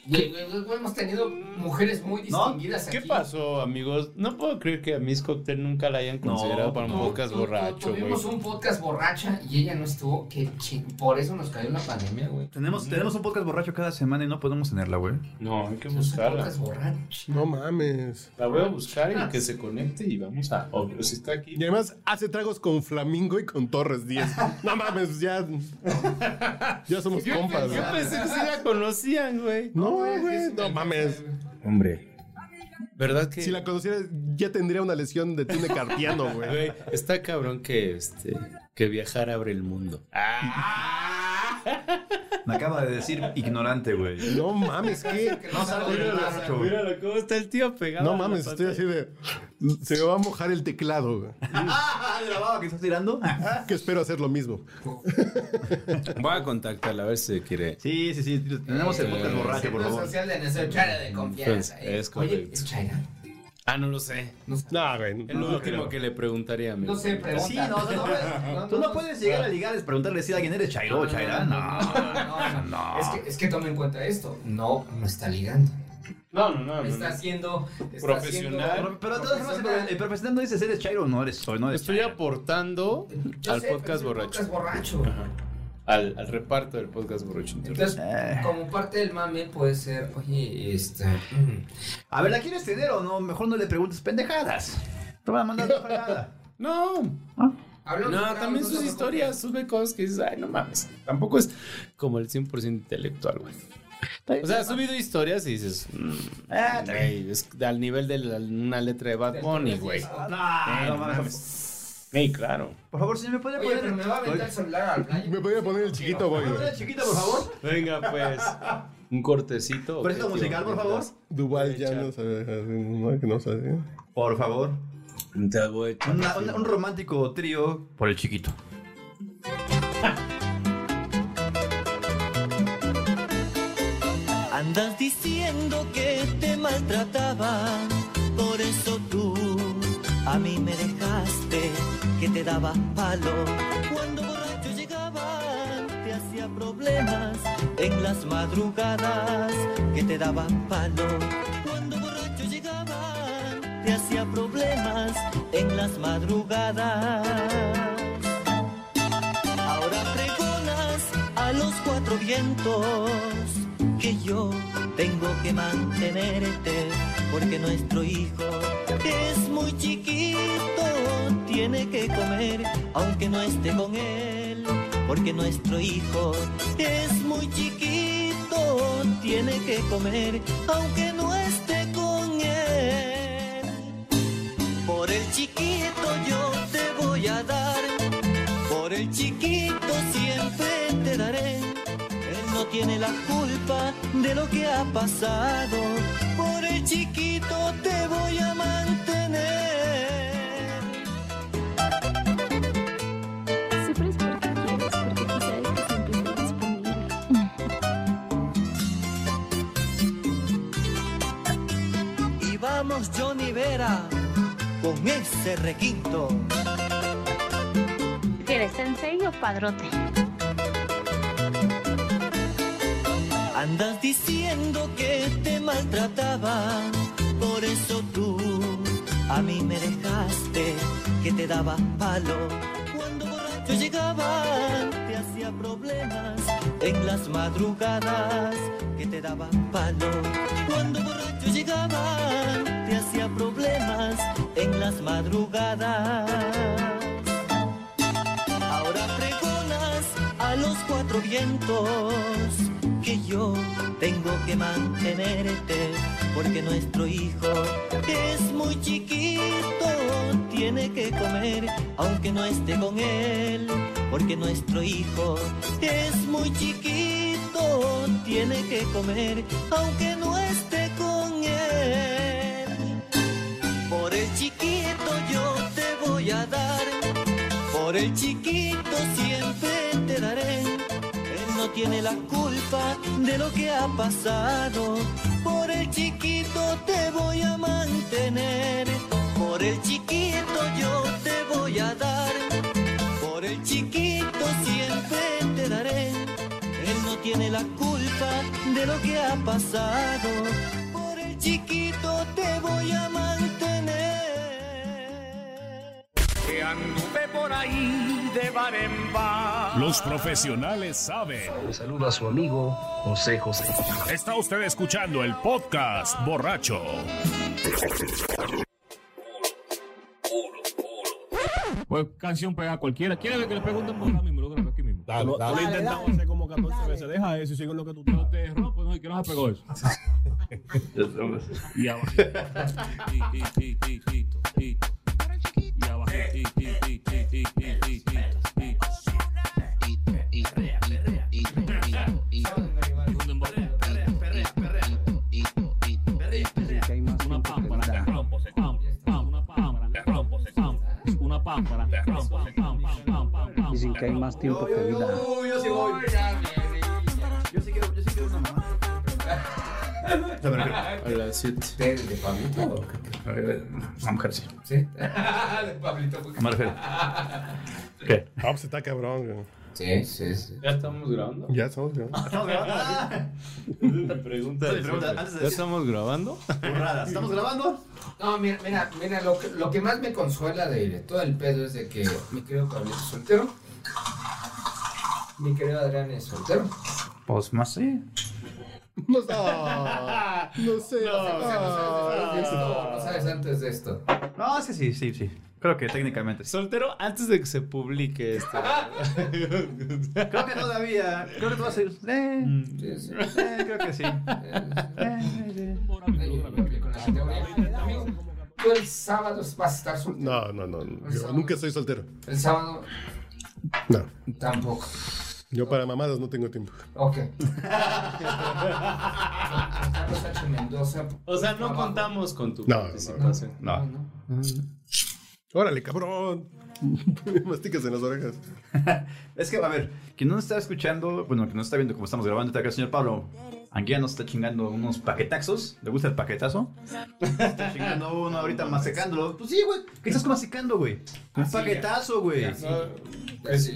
I: Güey, eh, güey, güey, güey, hemos tenido mujeres muy distinguidas
H: ¿Qué
I: aquí.
H: pasó, amigos? No puedo creer que a Miss Cocktail nunca la hayan considerado
J: No,
H: para un
I: Tu-
H: podcast
I: tu- tu-
H: borracho, güey.
I: Tuvimos un podcast borracha y ella no estuvo. Que ching, por eso nos cayó la pandemia, güey.
J: Tenemos, tenemos un podcast borracho cada semana y no podemos tenerla, güey.
H: No, hay que
I: Es un
H: buscarla.
I: podcast borracho.
G: No mames.
H: La voy a buscar y que se conecte y vamos a... Obvio, si está aquí...
G: Y además hace tragos con Flamingo y con Torres 10. No mames, ya. Ya somos compas, güey.
H: Yo pensé que sí la conocían, güey.
G: No,
I: es que
G: güey.
I: es
G: No
I: una-
G: mames.
H: Hombre. ¿Verdad que...?
G: Si la conociera, ya tendría una lesión de tine carpiano, güey.
H: Güey, está cabrón que, este, que viajar abre el mundo. Ah,
J: Me acaba de decir ignorante, güey.
G: No mames, ¿qué?
I: Que no salgo de casa, güey.
H: Míralo, cómo está el tío pegado.
G: No mames, estoy así de. Se me va a mojar el teclado, güey.
J: ¡Ah! ¿De la baba que estás tirando?
G: Que espero hacer lo mismo.
H: Voy a contactarla a ver si quiere. Eh,
J: Sí, sí, sí. Tenemos el podcast borracho, por
I: Círculo
J: favor.
I: social de nuestro charo de confianza.
H: Pues,
I: eh.
H: es
I: Oye,
H: correcto.
I: es China.
H: Ah, no lo sé.
I: No,
G: No, güey.
H: Es lo último que le preguntaría a mi
I: no sé, pregunta.
J: Sí, no, no, no,
I: No,
J: Tú
I: no,
J: no
I: no.
J: puedes llegar a ligar y preguntarle si alguien eres Chairo o Chaira. No.
I: no, no. Es que, es que tome en cuenta esto. No, no está ligando.
H: No, no, no. no,
I: Está
H: no.
I: haciendo. está
H: Profesional.
I: haciendo-
J: Pero de todas formas, el- el profesional no dice si eres Chairo o no eres soy, no eres
H: Estoy
J: Chaira.
H: aportando
I: eh, Yo
H: al
I: sé, pero es
H: podcast
I: un
H: borracho.
I: Podcast borracho.
H: Al, al reparto del podcast borracho. Entonces,
I: Entonces, como parte del mame puede ser, oye, este.
J: A ver, ¿la quieres tener o no? Mejor no le preguntes pendejadas. Te van a mandar la fregada.
H: No,
I: Hablamos de
H: no,
I: tragos,
H: también
I: no
H: sus
I: tampoco-
H: historias. Sube cosas que dices, ay, no mames. Tampoco es como el 100% intelectual, güey. O sea, has subido historias y dices, mm,
J: Ah,
H: güey, es al nivel de la- una letra de Bad Bunny, güey.
J: No,
H: Eh,
J: no
H: no
J: mames.
H: mames. Ey, claro.
J: Por favor, si me puede
I: Oye, pero
J: poner.
I: me va a aventar el celular al playa.
G: Me voy a poner el chiquito, güey.
J: ¿Puedo poner chiquita, por favor?
H: Venga, pues. Un cortecito.
J: Presto
H: objetivo,
J: musical, por favor.
H: mientras
G: Duval ya no sabe. No, que no sabe.
J: Por favor.
H: Te hago hecho.
J: Una- una- un romántico trío por el chiquito.
D: Andas diciendo que te maltrataban, por eso tú a mí me dejaste que te daba palo. Cuando borracho llegaban, te hacía
J: había problemas en las madrugadas que te daban palo. Cuando borrachos llegaban, te hacía problemas en las madrugadas. Ahora pregonas a los cuatro vientos que yo tengo que mantenerte porque nuestro hijo es muy chiquito, tiene que comer aunque no esté con él, porque nuestro hijo es muy chiquito, tiene que comer aunque no esté con él. Por el chiquito yo te voy a dar, por el chiquito siempre te daré. Él no tiene la culpa de lo que ha pasado. Por el chiquito te voy a mantener.
F: Sufres porque quieres, porque tú sabes que siempre estoy disponible.
J: Y vamos Johnny Vera con ese requinto.
C: ¿Quieres sensei o padrote?
J: Andas diciendo que te maltrataban, por eso tú a mí me dejaste que te daba palo. Cuando borracho llegaban, te hacía problemas en las madrugadas que te daba palo. Cuando borracho llegaban, te hacía problemas en las madrugadas. Ahora pregonas a los cuatro vientos que yo tengo que mantenerte porque nuestro hijo es muy chiquito, tiene que comer aunque no esté con él, porque nuestro hijo es muy chiquito, tiene que comer aunque no esté con él. Por el chiquito yo te voy a dar, por el chiquito siempre te daré. Él no tiene la culpa de lo que ha pasado. Por el chiquito te voy a mantener. Por el chiquito yo te voy a dar. Por el chiquito siempre te daré. Él no tiene la culpa de lo que ha pasado. Por el chiquito te voy a mantener.
L: Que anduve por ahí de bar en bar.
M: Los profesionales saben.
E: Le saludo a su amigo José José.
M: Está usted escuchando el podcast borracho.
D: Pues canción pega a cualquiera. ¿Quién es el que le preguntan por la mismo? Lo grabé aquí mismo.
N: Dale,
D: Lo-
N: dale,
D: lo he intentado
N: dale.
D: hacer como 14 veces. Deja eso y sigue lo que tú No te rompo, no, que no se pegó eso. y abajo. Y abajo. Una pámpara, te rompo, se rompo, se rompo, una pámpara, te rompo, se rompo, una pámpara, te rompo, se rompo, pam, pam, pam,
O: Dicen que hay más tiempo que vida.
I: yo sí voy. Yo sí quiero, yo sí quiero una mamá.
H: A las 7.
I: ¿De Pablito?
P: Una mujer sí.
I: Sí. De Pablito. pues. porque-
P: Me refiero.
G: ¿Qué? Ah, pues está cabrón, güey.
I: Sí, sí, sí.
H: ¿Ya estamos grabando?
G: Ya estamos grabando.
H: Pregunta.
I: de Pregunta, siempre. antes de
H: ¿Ya
I: decir-
H: estamos grabando?
I: ¿Estamos grabando? No, mira, mira, mira lo, que, lo que más me consuela de, de todo el pedo es de que mi querido Pablito es soltero. Mi querido Adrián es soltero.
P: Pues más sí.
G: No, no sé.
I: No sabes antes de esto.
P: No, sí, sí, sí, sí. Creo que técnicamente sí.
H: Soltero antes de que se publique este. esto.
P: Creo que todavía. Creo que tú vas a ir. Eh, eh, creo que sí.
I: Tú el sábado vas a estar soltero.
G: No, no, no. no. Yo nunca soy soltero.
I: El sábado
G: No.
I: Tampoco.
G: Yo para mamadas no tengo tiempo.
I: Ok. Carlos H. Mendoza.
H: O sea, no contamos con tu
G: No,
H: participación.
P: No.
G: Órale, cabrón. Masticas en las orejas.
P: Es que, a ver, quien no nos está escuchando, bueno, quien no está viendo cómo estamos grabando, está acá el señor Pablo. Aquí ya nos está chingando unos paquetaxos. ¿Le gusta el paquetazo? Está chingando uno ahorita masticándolo. Pues sí, güey. ¿Qué estás masticando, güey? Un paquetazo, güey.
H: Es,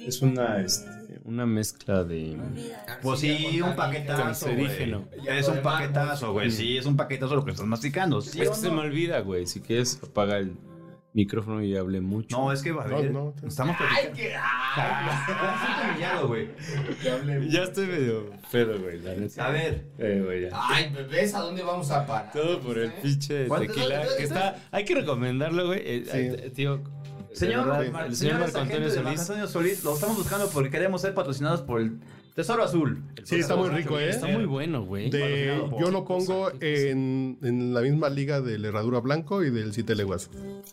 H: es una, este, una mezcla de.
J: Pues sí, un paquetazo. güey.
H: Cancerígeno.
J: Es un paquetazo, güey. Sí, es un paquetazo lo que estás masticando. ¿sí
H: es
J: o
H: que se
J: no?
H: me olvida, güey. Si quieres, apaga el micrófono y hable mucho.
G: eh.
J: No, es que va a ver. Estamos platicando. Siento humillado, güey.
H: Ya estoy medio pedo, güey, la neta.
J: A ver.
H: Eh, güey, ya.
I: Ay, ¿ves a dónde vamos a parar?
H: Todo por el pinche
I: ¿Cuánto-
H: tequila
I: cuánto-
H: que está. Hay que recomendarlo, güey. Eh, eh, Tío. de
J: Señor,
H: verdad,
J: Mar-
H: el señor
J: señores
H: Marco Antonio
J: agentes de
H: Solís.
J: Marco Antonio Solís, lo estamos buscando porque queremos ser patrocinados por el Tesoro Azul. El
G: Sí, está
J: Tesoro
G: muy
J: Azul,
G: rico,
J: que
G: ¿eh?
J: está
G: De-
J: muy
H: bueno, güey.
G: De, yo lo pongo en, en la misma liga del Herradura Blanco y del Siete Leguas.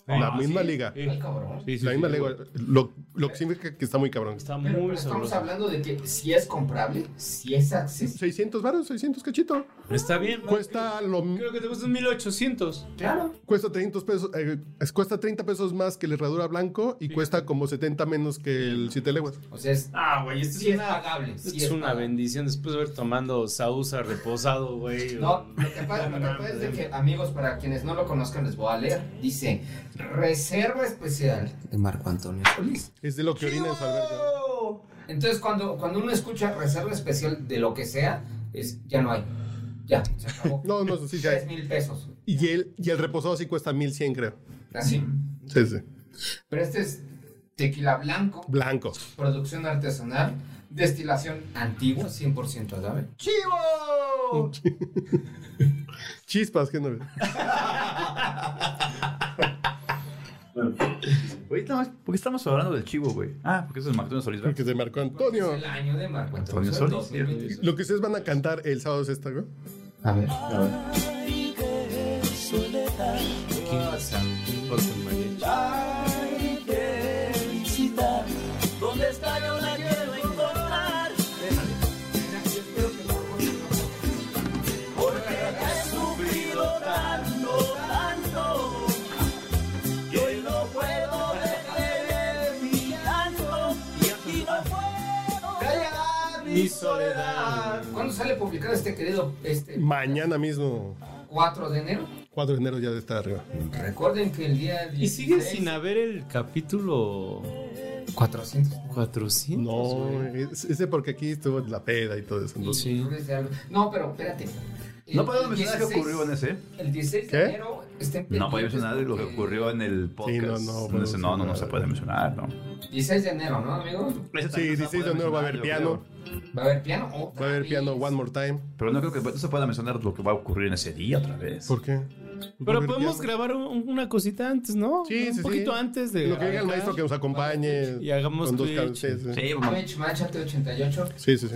G: la
H: Ah,
G: misma
H: sí.
G: liga.
H: Sí. Ay, cabrón. Sí, sí,
G: la
H: sí,
G: misma
H: sí.
G: liga. Lo, lo que significa que está muy cabrón.
H: Está
I: Pero, pero estamos hablando de que si es comprable, si es accesible.
G: 600 baros, 600 cachito.
H: Está bien.
G: Cuesta lo
H: Creo que te gustan 1800.
I: Claro.
G: Cuesta 300 pesos, eh, es- cuesta 30 pesos más que el herradura blanco y cuesta como 70 menos que el siete leguas.
I: O sea, es.
H: Ah, güey, esto es
I: este sí es
H: una-
I: pagable.
H: Esto
I: sí
H: es
I: es
H: una bendición después de haber tomando sausa reposado, güey.
I: No, lo que pasa, lo que pasa es de que, amigos, para quienes no lo conozcan, les voy a leer. Dice, reserva especial.
B: De Marco Antonio Solís.
G: Es de lo que orina es alberca.
I: Entonces, cuando, cuando uno escucha reserva especial de lo que sea, es, ya no hay. Ya, se acabó.
G: No, no, sí, ya.
I: Tres mil pesos.
G: Y el, y el reposado sí cuesta 1100, creo.
I: Así.
G: Sí, sí.
I: Pero este es tequila blanco,
G: Blanco.
I: producción artesanal, destilación antigua, 100% agave. ¡Chivo!
G: Chispas, que no.
J: Güey, nada más, ¿por qué estamos hablando del chivo, güey? Ah, porque eso es Marco Antonio Solís. ¿verdad?
G: Porque se marcó Antonio.
I: El año de Marco
J: Antonio
I: Antonio
J: Solís,
I: Solís. 2022.
G: Lo que ustedes van a cantar el sábado es esta, güey.
I: A ver.
H: ¿Quién pasa? Por su mariachi.
D: Ay, qué visita, ¿dónde está yo la quiero encontrar? Porque he sufrido tanto, tanto, que hoy no puedo detener mi llanto y no puedo callar mi soledad.
I: ¿Cuándo sale publicado este querido este
G: Mañana mismo,
I: 4 de enero?
G: 4 de enero ya de estar arriba.
I: Recuerden que el día 10.
H: Y sigue sin haber el capítulo
I: 400.
H: 400.
G: No, es- ese porque aquí estuvo la peda y todo eso. entonces.
I: No, pero espérate.
J: No
I: El
J: podemos mencionar lo que
I: 16,
J: ocurrió en ese.
I: El 16 de
G: ¿Qué?
I: enero está en
J: No podemos
I: pendientes
J: mencionar lo que
I: porque-
J: ocurrió en el podcast.
G: no, no,
J: En
G: pero
J: ese-
G: sí,
J: no, no, no
G: nada.
J: se puede mencionar, ¿no?
I: 16 de enero, ¿no, amigo?
J: Ese
G: Sí,
J: también no se
G: 16 de
J: puede
G: enero va a haber
J: mencionar, yo
G: piano.
I: ¿Va a haber piano? Oh,
G: Va a haber piano One More Time.
J: creo. Pero no creo que no se pueda mencionar lo que va a ocurrir en ese día otra vez.
G: ¿Por qué?
H: Pero podemos grabar un- una cosita antes, ¿no?
G: Sí,
H: un
G: sí, sí.
H: poquito antes de.
G: Lo que diga el maestro que nos acompañe.
H: Y hagamos Pues
G: con dos
H: Twitch.
G: cabezas.
J: Sí, vamos.
I: Twitch, Manchate 88.
G: Sí, sí, sí.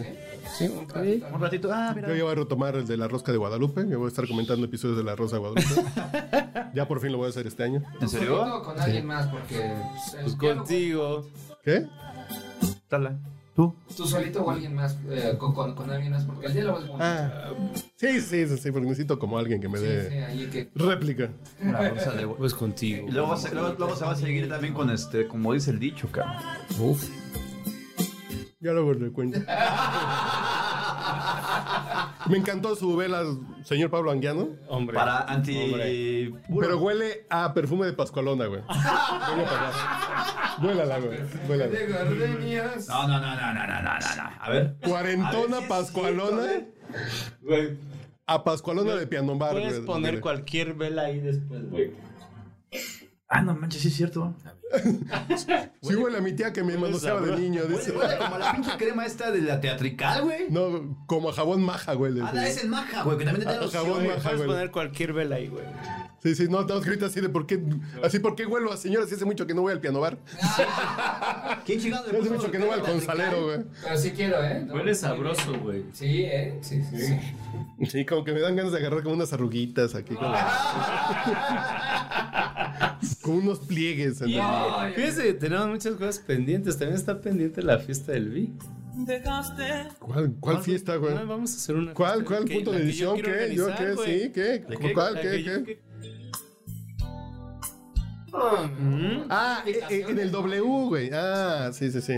H: Sí, ok.
J: Un ratito. Ah, mira.
G: Yo ya voy a retomar el de la rosca de Guadalupe. Me voy a estar comentando episodios de la Rosa de Guadalupe. ya por fin lo voy a hacer este año.
J: ¿En serio?
I: No, con alguien más porque. pues, el
H: Pues
I: piano,
H: contigo.
G: ¿Qué?
J: Tala. ¿Tú?
I: Tú solito o alguien más. eh, con, con- con alguien más porque el día lo vas a
G: Ah. Sí, sí, sí, sí, porque necesito como alguien que me
I: Sí, sí,
G: dé
I: ahí que.
G: réplica.
J: La bolsa de hue-
H: Pues contigo.
J: Y Luego se, luego, luego se va a seguir también con este, como dice el dicho, cabrón.
H: Uf.
G: Ya luego le cuento. Me encantó su vela, señor Pablo Anguiano.
H: Hombre.
J: Para anti.
G: Pero huele a perfume de Pascualona, güey. Huele para allá. Vuélala, güey. Vuélala.
I: De gardenias.
J: No, no, no, no, no, no, no, no. A ver.
G: Cuarentona Pascualona. A Pascualona de Pianombar,
H: Puedes
G: güey.
H: poner
G: Huele.
H: cualquier vela ahí después, güey.
J: Ah, no manches, sí es cierto.
G: Sí huele a mi tía que me manoseaba de
H: sabroso.
G: niño, dice.
J: Huele como la pinche crema esta de la teatrical, güey.
G: No, como a jabón maja, güey.
J: Ah, la- es en maja, güey, que también te da los
G: jabón
J: jabón.
G: maja.
H: Puedes
G: Ah, güey.
H: poner cualquier vela ahí, güey.
G: Sí, sí, no, no, grita así de por qué, así por qué huelo a señora si hace mucho que no voy al piano bar.
J: ¿Quién chingado
H: pues,
G: Si hace mucho que no voy al consalero, güey.
I: Pero sí quiero, ¿eh? No,
H: Huele
I: sí,
H: sabroso, güey.
I: Sí, ¿eh? Sí, sí. sí.
G: Sí, como que me dan ganas de agarrar como unas arruguitas aquí. Como,
H: Ah.
G: como unos pliegues. ¿no?
I: Ay,
H: Fíjense, tenemos muchas cosas pendientes. También está pendiente la fiesta del Vi.
G: ¿Cuál, ¿Cuál fiesta, güey?
H: Ah, vamos a hacer una.
G: ¿Cuál,
H: fiesta
G: cuál
H: que-
G: punto
H: la
G: de
H: que yo
G: edición?
H: quiero
G: ¿Qué? ¿Yo
H: organizar,
G: qué?
H: güey.
G: ¿Sí? ¿Qué?
H: La que-
G: ¿Cuál?
H: la
G: ¿Qué?
H: que yo-
G: ¿Qué? Ah, eh, eh, en el W, güey. Ah, sí, sí, sí.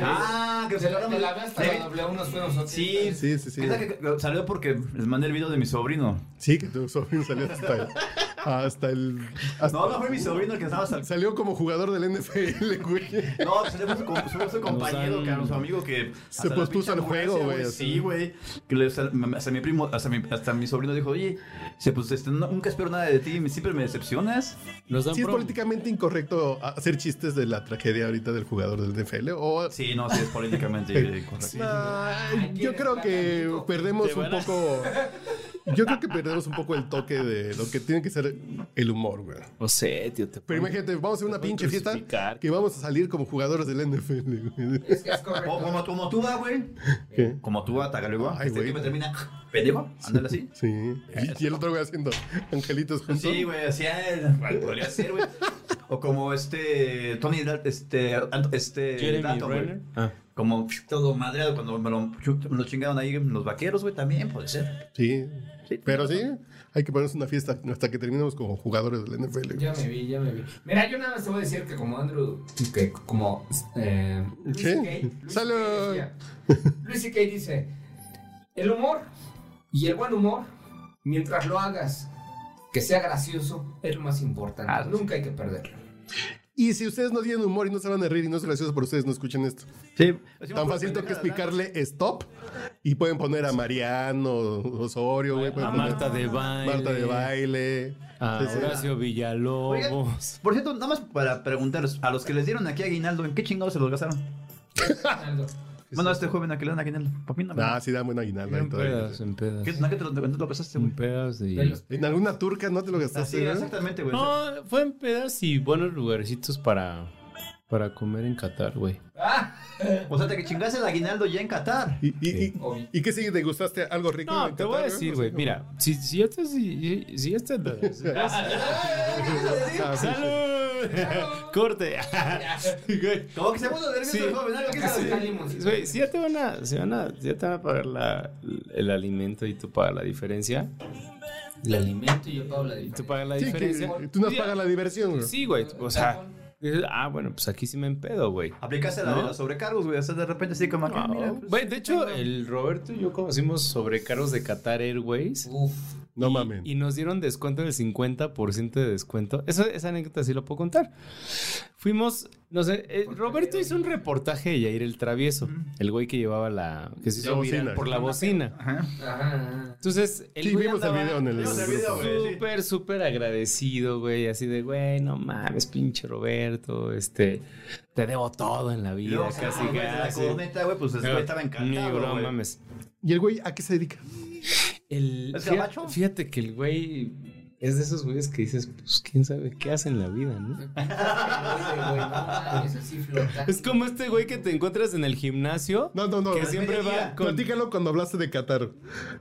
J: Ah, que
I: Se
J: se lo
I: la, te la ve
J: hablamos.
I: hasta la W nos fuimos ok.
J: Sí,
G: Sí, sí, sí.
J: Esa que que salió porque les mandé el video de mi sobrino.
G: Sí, que tu sobrino salió hasta ahí. Hasta el. hasta-
J: No, no fue mi sobrino el que estaba sal-
G: Salió como jugador del NFL, güey.
J: No, pues era su, com- su- su compañero, cabrón, su amigo que.
G: Se
J: hasta la
G: pospuso
J: pinche
G: al
J: ambulancia,
G: juego, güey, así.
J: Sí, güey. Que le- Hasta, hasta mi primo, hasta mi, hasta mi sobrino dijo, oye, se, pues, este, no- nunca espero nada de ti, siempre me decepcionas.
G: Sí, es políticamente incorrecto hacer chistes de la tragedia ahorita del jugador del NFL. O...
J: Sí, no, sí, es políticamente correcto.
G: Nah, yo creo que perdemos
J: Te
G: un
J: van a-
G: poco. Yo creo que perdemos un poco el toque de lo que tiene que ser el humor, güey.
H: No sé, tío. Te
G: Pero imagínate, vamos a hacer una
H: pueden
G: pinche fiesta
H: crucificar.
G: que vamos a salir como jugadores del NFL, güey.
J: O- como, como tú, va, güey.
G: ¿Qué?
J: Como tú, Tagaluga.
G: Ay,
J: Este
G: güey.
J: tipo termina, pendejo, ándale así.
G: Sí. Y, y el otro güey haciendo angelitos juntos.
J: Sí, güey, así eh, bueno, podría ser, güey. O como este Tony Dal- este Ant- este
H: Jeremy
J: Dalton, güey.
H: Renner.
J: Como pf, todo madreado cuando me lo, chu- me lo chingaron ahí los vaqueros, güey, también puede ser.
G: Sí. Pero sí, hay que ponernos una fiesta hasta que terminemos como jugadores del NFL. güey.
I: Ya me vi, ya me vi. Mira, yo nada más te voy a decir que como Andrew, que como... Eh, Luis
G: ¿Qué?
I: CK, Luis CK decía- Luis C.K. dice, el humor y el buen humor, mientras lo hagas, que sea gracioso, es lo más importante.
H: Ah,
I: Nunca hay que perderlo.
G: Y si ustedes no tienen humor y no se van a reír y no es gracioso por ustedes, no escuchen esto.
J: Sí.
G: Tan fácil que es picarle stop y pueden poner a Mariano, Osorio, güey. pueden
H: A
G: poner
H: Marta de baile.
G: Marta de baile.
H: A
G: Sí, sí.
H: Horacio Villalobos.
J: Por cierto, nada más para preguntar a los que les dieron aquí a Aguinaldo, ¿en qué chingados se los gastaron? bueno, a este joven a que le dan Aguinaldo. Para mí no. me-
G: Ah, sí, dame un aguinaldo ahí
H: En
G: todavía.
H: pedas, en pedas.
J: ¿Qué, ¿No que te lo, te lo gastaste, güey?
H: pedas y...
G: En alguna turca no te lo
H: Ah,
G: gastaste.
J: Sí,
G: ¿no?
J: exactamente, güey.
H: No, fue en pedas y buenos lugarcitos para, para comer en Qatar, güey.
J: O sea, te que chingaste el Aguinaldo ya en Qatar.
G: ¿Y, y, y- y qué sí te gustaste? ¿Algo rico?
H: No,
G: en
H: te voy a
G: Qatar,
H: decir, güey. Mira, si, si ya estás. Si, si ya estás. Ah, ¡Salud! ¡Corte! Güey.
J: Como que se puso nervioso
H: Sí.
J: el joven, algo que sabe.
H: Güey, si ya te van a, se van a, ya te van a pagar la, el alimento y tú pagas la diferencia. El alimento y yo pago la diferencia. Tú pagas la
G: Sí,
H: diferencia.
G: que tú nos pagas la diversión, güey.
H: Sí, güey. O sea, dices, ah, bueno, pues aquí sí me empedo, güey.
J: Aplicaste la de
H: ¿No?
J: los sobrecargos, güey. O sea, de repente así como
G: Ah,
J: acá, Ah, mira. pues,
H: Güey, de hecho, el Roberto y yo conocimos sobrecargos de Qatar Airways.
G: no mames.
H: Y nos dieron descuento del 50% de descuento. Eso, esa anécdota sí lo puedo contar. Fuimos, no sé, eh, Roberto hizo un reportaje de Yair el Travieso, el güey que llevaba la. que se
G: La
H: hizo
G: bocina.
H: viral por la bocina. Entonces, el
G: Sí,
H: güey
G: vimos el
H: andaba
G: video en el-
J: Vimos el video, güey, Pues sí.
H: Súper, súper agradecido, güey. Así de, güey, no mames, pinche Roberto. Este, te debo todo en la
J: Y
H: vida,
J: luego,
H: casi,
J: güey, de la
H: casi.
J: corneta, güey, pues el güey estaba
H: Ni
J: encantado.
H: broma,
J: güey.
H: mames.
G: ¿Y el güey a qué se dedica?
H: El,
J: ¿Es
H: fía-
J: gabacho?
H: fíjate, que el güey es de esos güeyes que dices, pues quién sabe qué hace en la vida, ¿no?
I: Ah,
H: Es como este güey que te encuentras en el gimnasio.
G: No, no, no.
H: Que siempre va con.
G: Platícalo cuando hablaste de Qatar.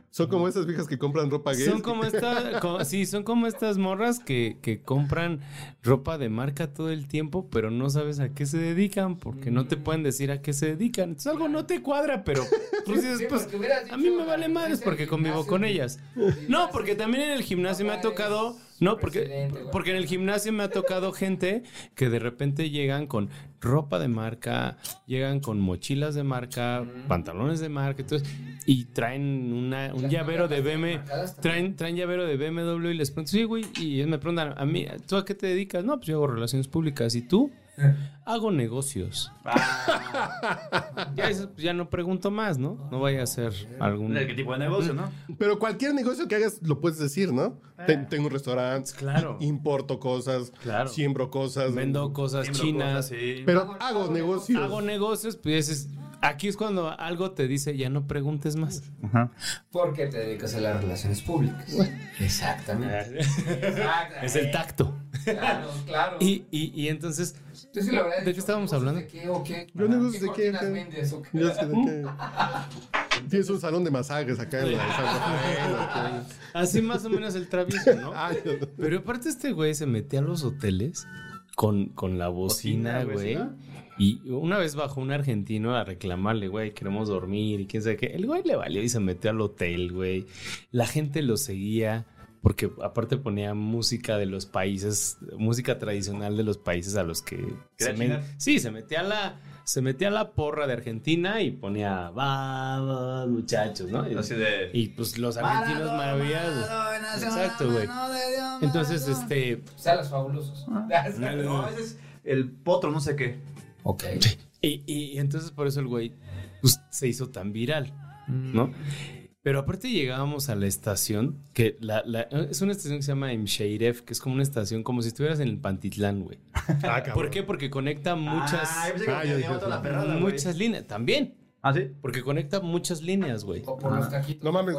G: Son como esas viejas que compran ropa gay.
H: Son como esta, co- sí, son como estas morras que, que compran ropa de marca todo el tiempo, pero no sabes a qué se dedican, porque no
I: Mm.
H: te pueden decir a qué se dedican. Entonces algo no te cuadra, pero tú dices,
I: Sí,
H: pues,
I: porque hubieras
H: a mí
I: dicho,
H: me vale madres
I: "Vete al
H: porque convivo
I: gimnasio,
H: con
I: güey".
H: ellas. No, porque también en el gimnasio me ha tocado, no, porque, porque en el gimnasio me ha tocado gente que de repente llegan con ropa de marca, llegan con mochilas de marca, pantalones de marca, entonces, y traen una, un llavero de BMW, traen, traen llavero de BMW y les pregunto, sí, güey, y ellos me preguntan, a mí, ¿tú a qué te dedicas? No, pues yo hago relaciones públicas, ¿y tú? Hago negocios. Ya, dices, pues, ya no pregunto más, ¿no? No vaya a ser algún...
J: ¿De qué tipo de negocio, no?
G: Pero cualquier negocio que hagas lo puedes decir, ¿no? Ten- tengo un restaurante,
H: Eh. claro.
G: importo cosas,
H: Claro.
G: siembro cosas.
H: Vendo cosas
J: Siembro
H: chinas.
J: cosas, sí.
G: Pero hago negocios.
H: Hago negocios, pues es- aquí es cuando algo te dice, ya no preguntes más.
I: Porque te dedicas a las relaciones públicas. Ah, Exactamente.
H: Es el tacto.
I: Claro, claro.
H: Y, y, y entonces,
I: Yo sí lo habría
H: ¿de qué
I: dicho, "Pues,
H: estábamos hablando?
I: ¿De qué o qué?
G: Yo negocios de qué.
I: cortinas
G: acá?
I: vendes o qué?
G: Yo sé de qué. Tienes un salón de masajes acá en la San Rafael.
H: Así más o menos el travieso, ¿no?
G: Ay, no.
H: Pero aparte este güey se metía a los hoteles con, con la bocina,
J: Bocina, güey,
H: güey. Y una vez bajó un argentino a reclamarle, güey, queremos dormir y quién sabe qué. El güey le valió y se metió al hotel, güey. La gente lo seguía porque aparte ponía música de los países, música tradicional de los países a los que... Se
J: ¿Quería
H: me-
J: chingar?
H: sí, se metía la... Se metía la porra de Argentina y ponía, vamos muchachos, ¿no? Y,
J: Así de.
H: y, pues los argentinos maravillados.
J: Maradona,
H: Exacto, güey. Entonces, este.
I: sea, los fabulosos.
G: Ah.
J: No, ese es el potro, no sé qué.
I: Ok.
H: Y, y entonces por eso el güey pues, se hizo tan viral, ¿no? Pero aparte llegábamos a la estación, que la, la- es una estación que se llama Emsheiref, que es como una estación como si estuvieras en el Pantitlán, güey. ¿Por qué? Porque conecta muchas...
J: Ah, yo pensé que Ah, yo tenía dije, otra la perrada, güey.
H: muchas líneas, también.
J: ¿Ah, sí?
H: Porque conecta muchas líneas, güey. O
I: por los cajitos.
G: Ah. No mames.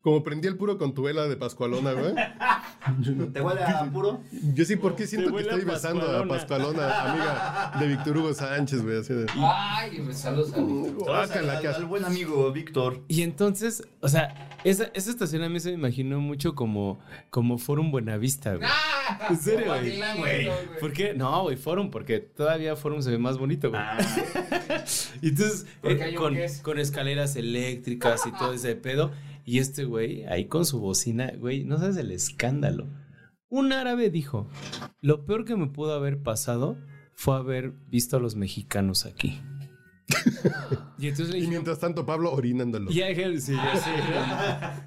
G: Como prendí el puro con tu vela de Pascualona, güey.
J: ¿Te huele a puro?
G: Yo sí, ¿por qué siento que
J: huele
G: estoy
J: a
G: besando a Pascualona, amiga de Víctor Hugo Sánchez, güey? Así de. "Ah,
I: Ay, pues, saludos a
G: Uh,
I: mi-
G: Guácala, que-
J: buen amigo Víctor.
H: Y entonces, o sea, esa, esa estación a mí se me imaginó mucho como, como Forum Buenavista, güey. ¿En serio, güey?
I: Guatilán, güey.
H: ¿Por qué? No, güey, Forum, porque todavía Forum se ve más bonito, güey. y entonces,
I: Ah. Porque
H: eh,
I: hay un
H: con,
I: queso.
H: con escaleras eléctricas y todo ese pedo. Y este güey, ahí con su bocina, güey, no sabes el escándalo. Un árabe dijo, lo peor que me pudo haber pasado fue haber visto a los mexicanos aquí. Y,
G: mientras tanto, Pablo orinándolo.
H: Y Ángel, sí, ya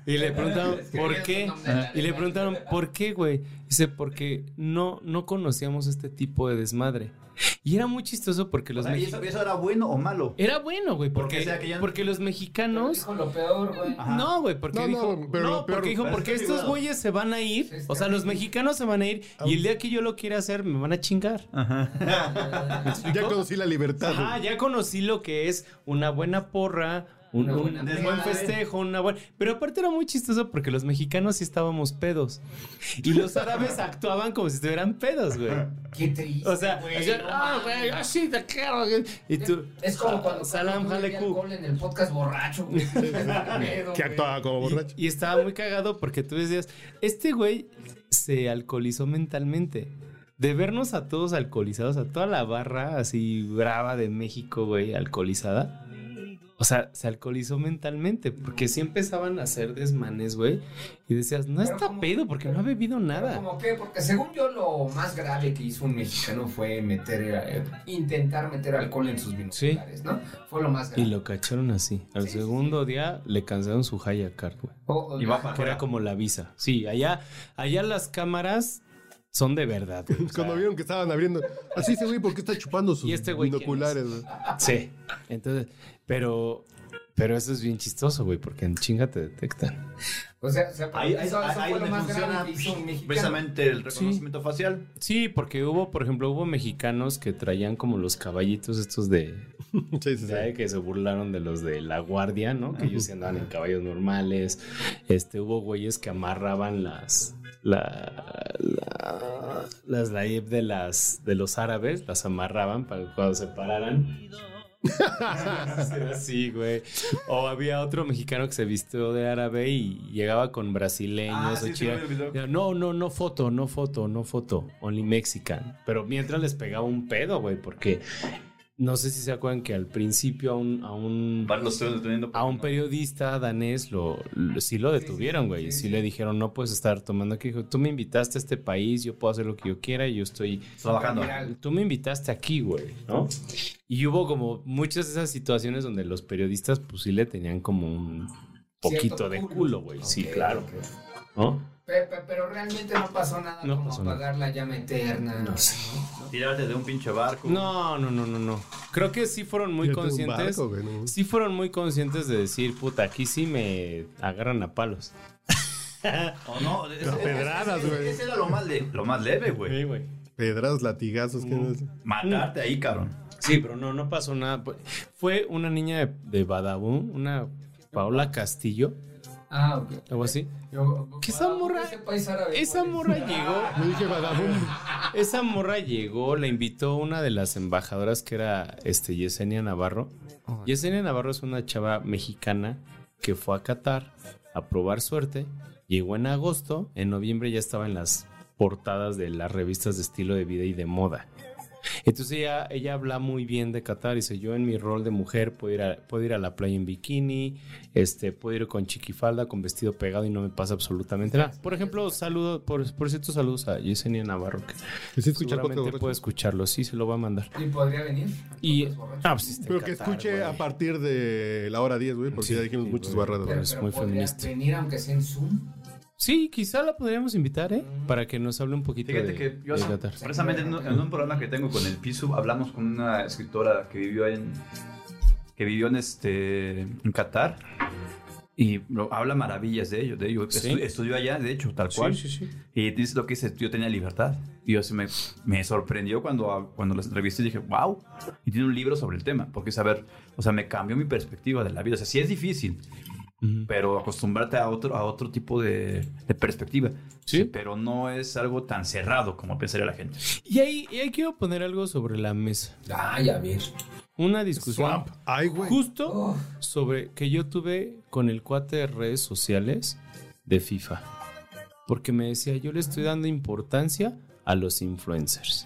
H: sé. Y le preguntaron, ¿por qué? Ah, Y le preguntaron, ¿por qué, güey? Dice, porque no, no conocíamos este tipo de desmadre. Y era muy chistoso porque los Eh,
J: O sea, ¿y eso,
H: mexicanos...
J: eso era bueno o malo?
H: Era bueno, güey, porque,
J: o sea, que ya-
H: porque los mexicanos...
I: Lo peor, güey.
H: No, güey, porque
I: No, no,
H: dijo,
I: pero
H: no,
I: lo peor-
H: porque dijo,
I: Pero
H: porque
I: está
H: estos
I: privado.
H: güeyes se van a ir, o sea, los mexicanos se van a ir y el día que yo lo quiera hacer me van a chingar.
G: Ya conocí la libertad.
H: Ajá,
G: güey.
H: ya conocí lo que es una buena porra, un,
G: Una
H: un-
G: buena
H: un
G: peda,
H: buen
G: eh.
H: festejo, una buena. Pero aparte era muy chistoso porque los mexicanos sí estábamos pedos. Y los árabes actuaban como si estuvieran pedos, güey.
I: Qué triste.
H: O sea,
I: güey,
H: yo,
I: no
H: ah,
I: mames.
H: güey, ah, sí, te quiero. güey". Y tú, ah,
I: Es como cuando
H: Salam Aleikum.
I: gol en el podcast borracho, güey. Pedo, güey.
G: como
H: borracho. Y, y estaba muy cagado porque tú decías, este güey se alcoholizó mentalmente. De vernos a todos alcoholizados, a toda la barra así brava de México, güey, alcoholizada. O sea, se alcoholizó mentalmente porque sí empezaban a hacer desmanes, güey. Y decías, no está pedo porque no ha bebido
I: Pero
H: nada.
I: como que, porque según yo lo más grave que hizo un mexicano fue meter, eh, intentar meter alcohol en sus binoculares, ¿no? Fue lo más grave.
H: Y lo cacharon así. Al segundo día le cancelaron su Haya Card, güey.
I: Oh, oh,
H: y
I: ya.
H: va que era como la visa. Sí, allá, allá las cámaras son de verdad. güey. O sea, este
G: Cuando vieron que estaban abriendo. Así ese güey, ¿por qué está chupando sus binoculares, güey?
H: sí. Entonces, pero, pero eso es bien chistoso, güey, porque en chinga te detectan.
I: O sea, o sea
J: Ahí, ahí,
I: eso, eso
J: ahí
I: fue lo
J: donde
I: más grave
J: funciona pues,
I: que hizo un mexicano.
J: precisamente el reconocimiento facial.
H: Sí, porque hubo, por ejemplo, hubo mexicanos que traían como los caballitos estos de... ¿sabe? Que se burlaron de los de la guardia, ¿no? Que ellos se andaban en caballos normales. Este, hubo güeyes que amarraban las... La, la- las laib de las de los árabes las amarraban para que cuando se pararan Sí, güey. O había otro mexicano que se vistió de árabe y llegaba con brasileños
J: Ah,
H: o
J: sí, sí,
H: chía-
J: me olvidó.
H: Decía, No, no, no foto, no foto, no foto. Only Mexican. Pero mientras les pegaba un pedo, güey, porque no sé si se acuerdan que al principio a un a un, a un periodista danés lo, lo- sí lo detuvieron, güey. Sí le dijeron, "No puedes estar tomando aquí." Dijo, "Tú me invitaste a este país, yo puedo hacer lo que yo quiera y yo estoy
J: Trabajando.
H: Tú me invitaste aquí, güey, ¿no?" Y hubo como muchas de esas situaciones donde los periodistas pues sí le tenían como un poquito
I: Cierto
H: de
I: culo.
H: culo, güey. Sí, claro. ¿No?
I: Pe- pe- Pero, realmente no pasó nada
H: No
I: como
H: pasó nada.
I: pagar la llama eterna. No sé.
J: Tirarte de un pinche barco.
H: No, no, no, no, no. Creo que sí fueron muy
G: Tirarte de un
H: conscientes.
G: barco, güey, ¿no?
H: Sí fueron muy conscientes de decir, puta, aquí sí me agarran a palos.
J: O no, es-
G: Pero
J: es-
G: pedradas,
J: es- es-
G: güey.
J: Ese era lo más, le- lo más leve, güey.
G: Pedras, latigazos, ¿qué
H: Mm.
G: es?
J: Matarte ahí, cabrón.
H: Sí, pero no, no pasó nada. Fue una niña de, de Badabun, una Paola Castillo,
I: Ah, ok.
H: algo así.
I: ¿Qué esa morra? Esa
H: morra llegó.
G: Me dije Badabun.
H: Esa morra llegó, la invitó una de las embajadoras que era este Yesenia Navarro. Yesenia Navarro es una chava mexicana que fue a Qatar a probar suerte. Llegó en agosto, en noviembre ya estaba en las portadas de las revistas de estilo de vida y de moda. Entonces ella, ella habla muy bien de Qatar. Dice, yo en mi rol de mujer puedo ir a, puedo ir a la playa en bikini, este, puedo ir con chiquifalda, con vestido pegado y no me pasa absolutamente nada. Por ejemplo, saludo, por, por cierto, saludos a Yesenia Navarro. Que
G: sí escucha el podcast
H: seguramente
G: borracho.
H: puede escucharlo, sí, se lo va a mandar.
I: ¿Y podría venir?
H: Y, ah, pues, está en
G: Pero que
H: Qatar,
G: escuche
H: güey.
G: a partir de la hora 10, güey, porque ya dijimos muchas barradas.
I: Pero podría venir aunque sea en Zoom.
H: Sí, quizá la podríamos invitar, ¿eh? Para que nos hable un poquito
J: Fíjate
H: de,
J: que yo,
H: de Qatar.
J: precisamente en un, en un programa que tengo con el piso, hablamos con una escritora que vivió en, que vivió en, este, en Qatar y lo- habla maravillas de ello. De ello.
H: Sí.
J: Estu- estudió allá, de hecho, tal
H: Sí,
J: cual.
H: sí, sí.
J: Y dice lo que dice, yo tenía libertad. Y yo se me, me sorprendió cuando, ah, cuando las entrevisté y dije, wow. Y tiene un libro sobre el tema, porque saber, o sea, me cambió mi perspectiva de la vida. O sea, sí es difícil, pero acostumbrarte a otro, a otro tipo de, de perspectiva. Sí. Pero no es algo tan cerrado como pensaría la gente.
H: Y ahí, y ahí quiero poner algo sobre la mesa.
J: Ah, ya vi.
H: Una
G: Pues,
H: discusión justo sobre que yo tuve con el cuate de redes sociales de FIFA. Porque me decía, yo le estoy dando importancia a los influencers.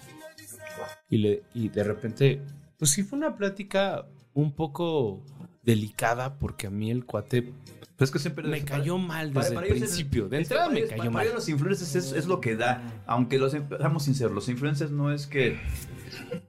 H: Y, le, y de repente, pues sí fue una plática un poco delicada porque a mí el cuate...
J: Pues que siempre
H: me cayó mal desde
J: para
H: el
J: ellos es-
H: principio. De
J: Este es-
H: entrada
J: para
H: me
J: ellos-
H: cayó
J: para
H: mal.
J: ellos los influencers es, es lo que da. Aunque los, seamos sinceros, los influencers no es que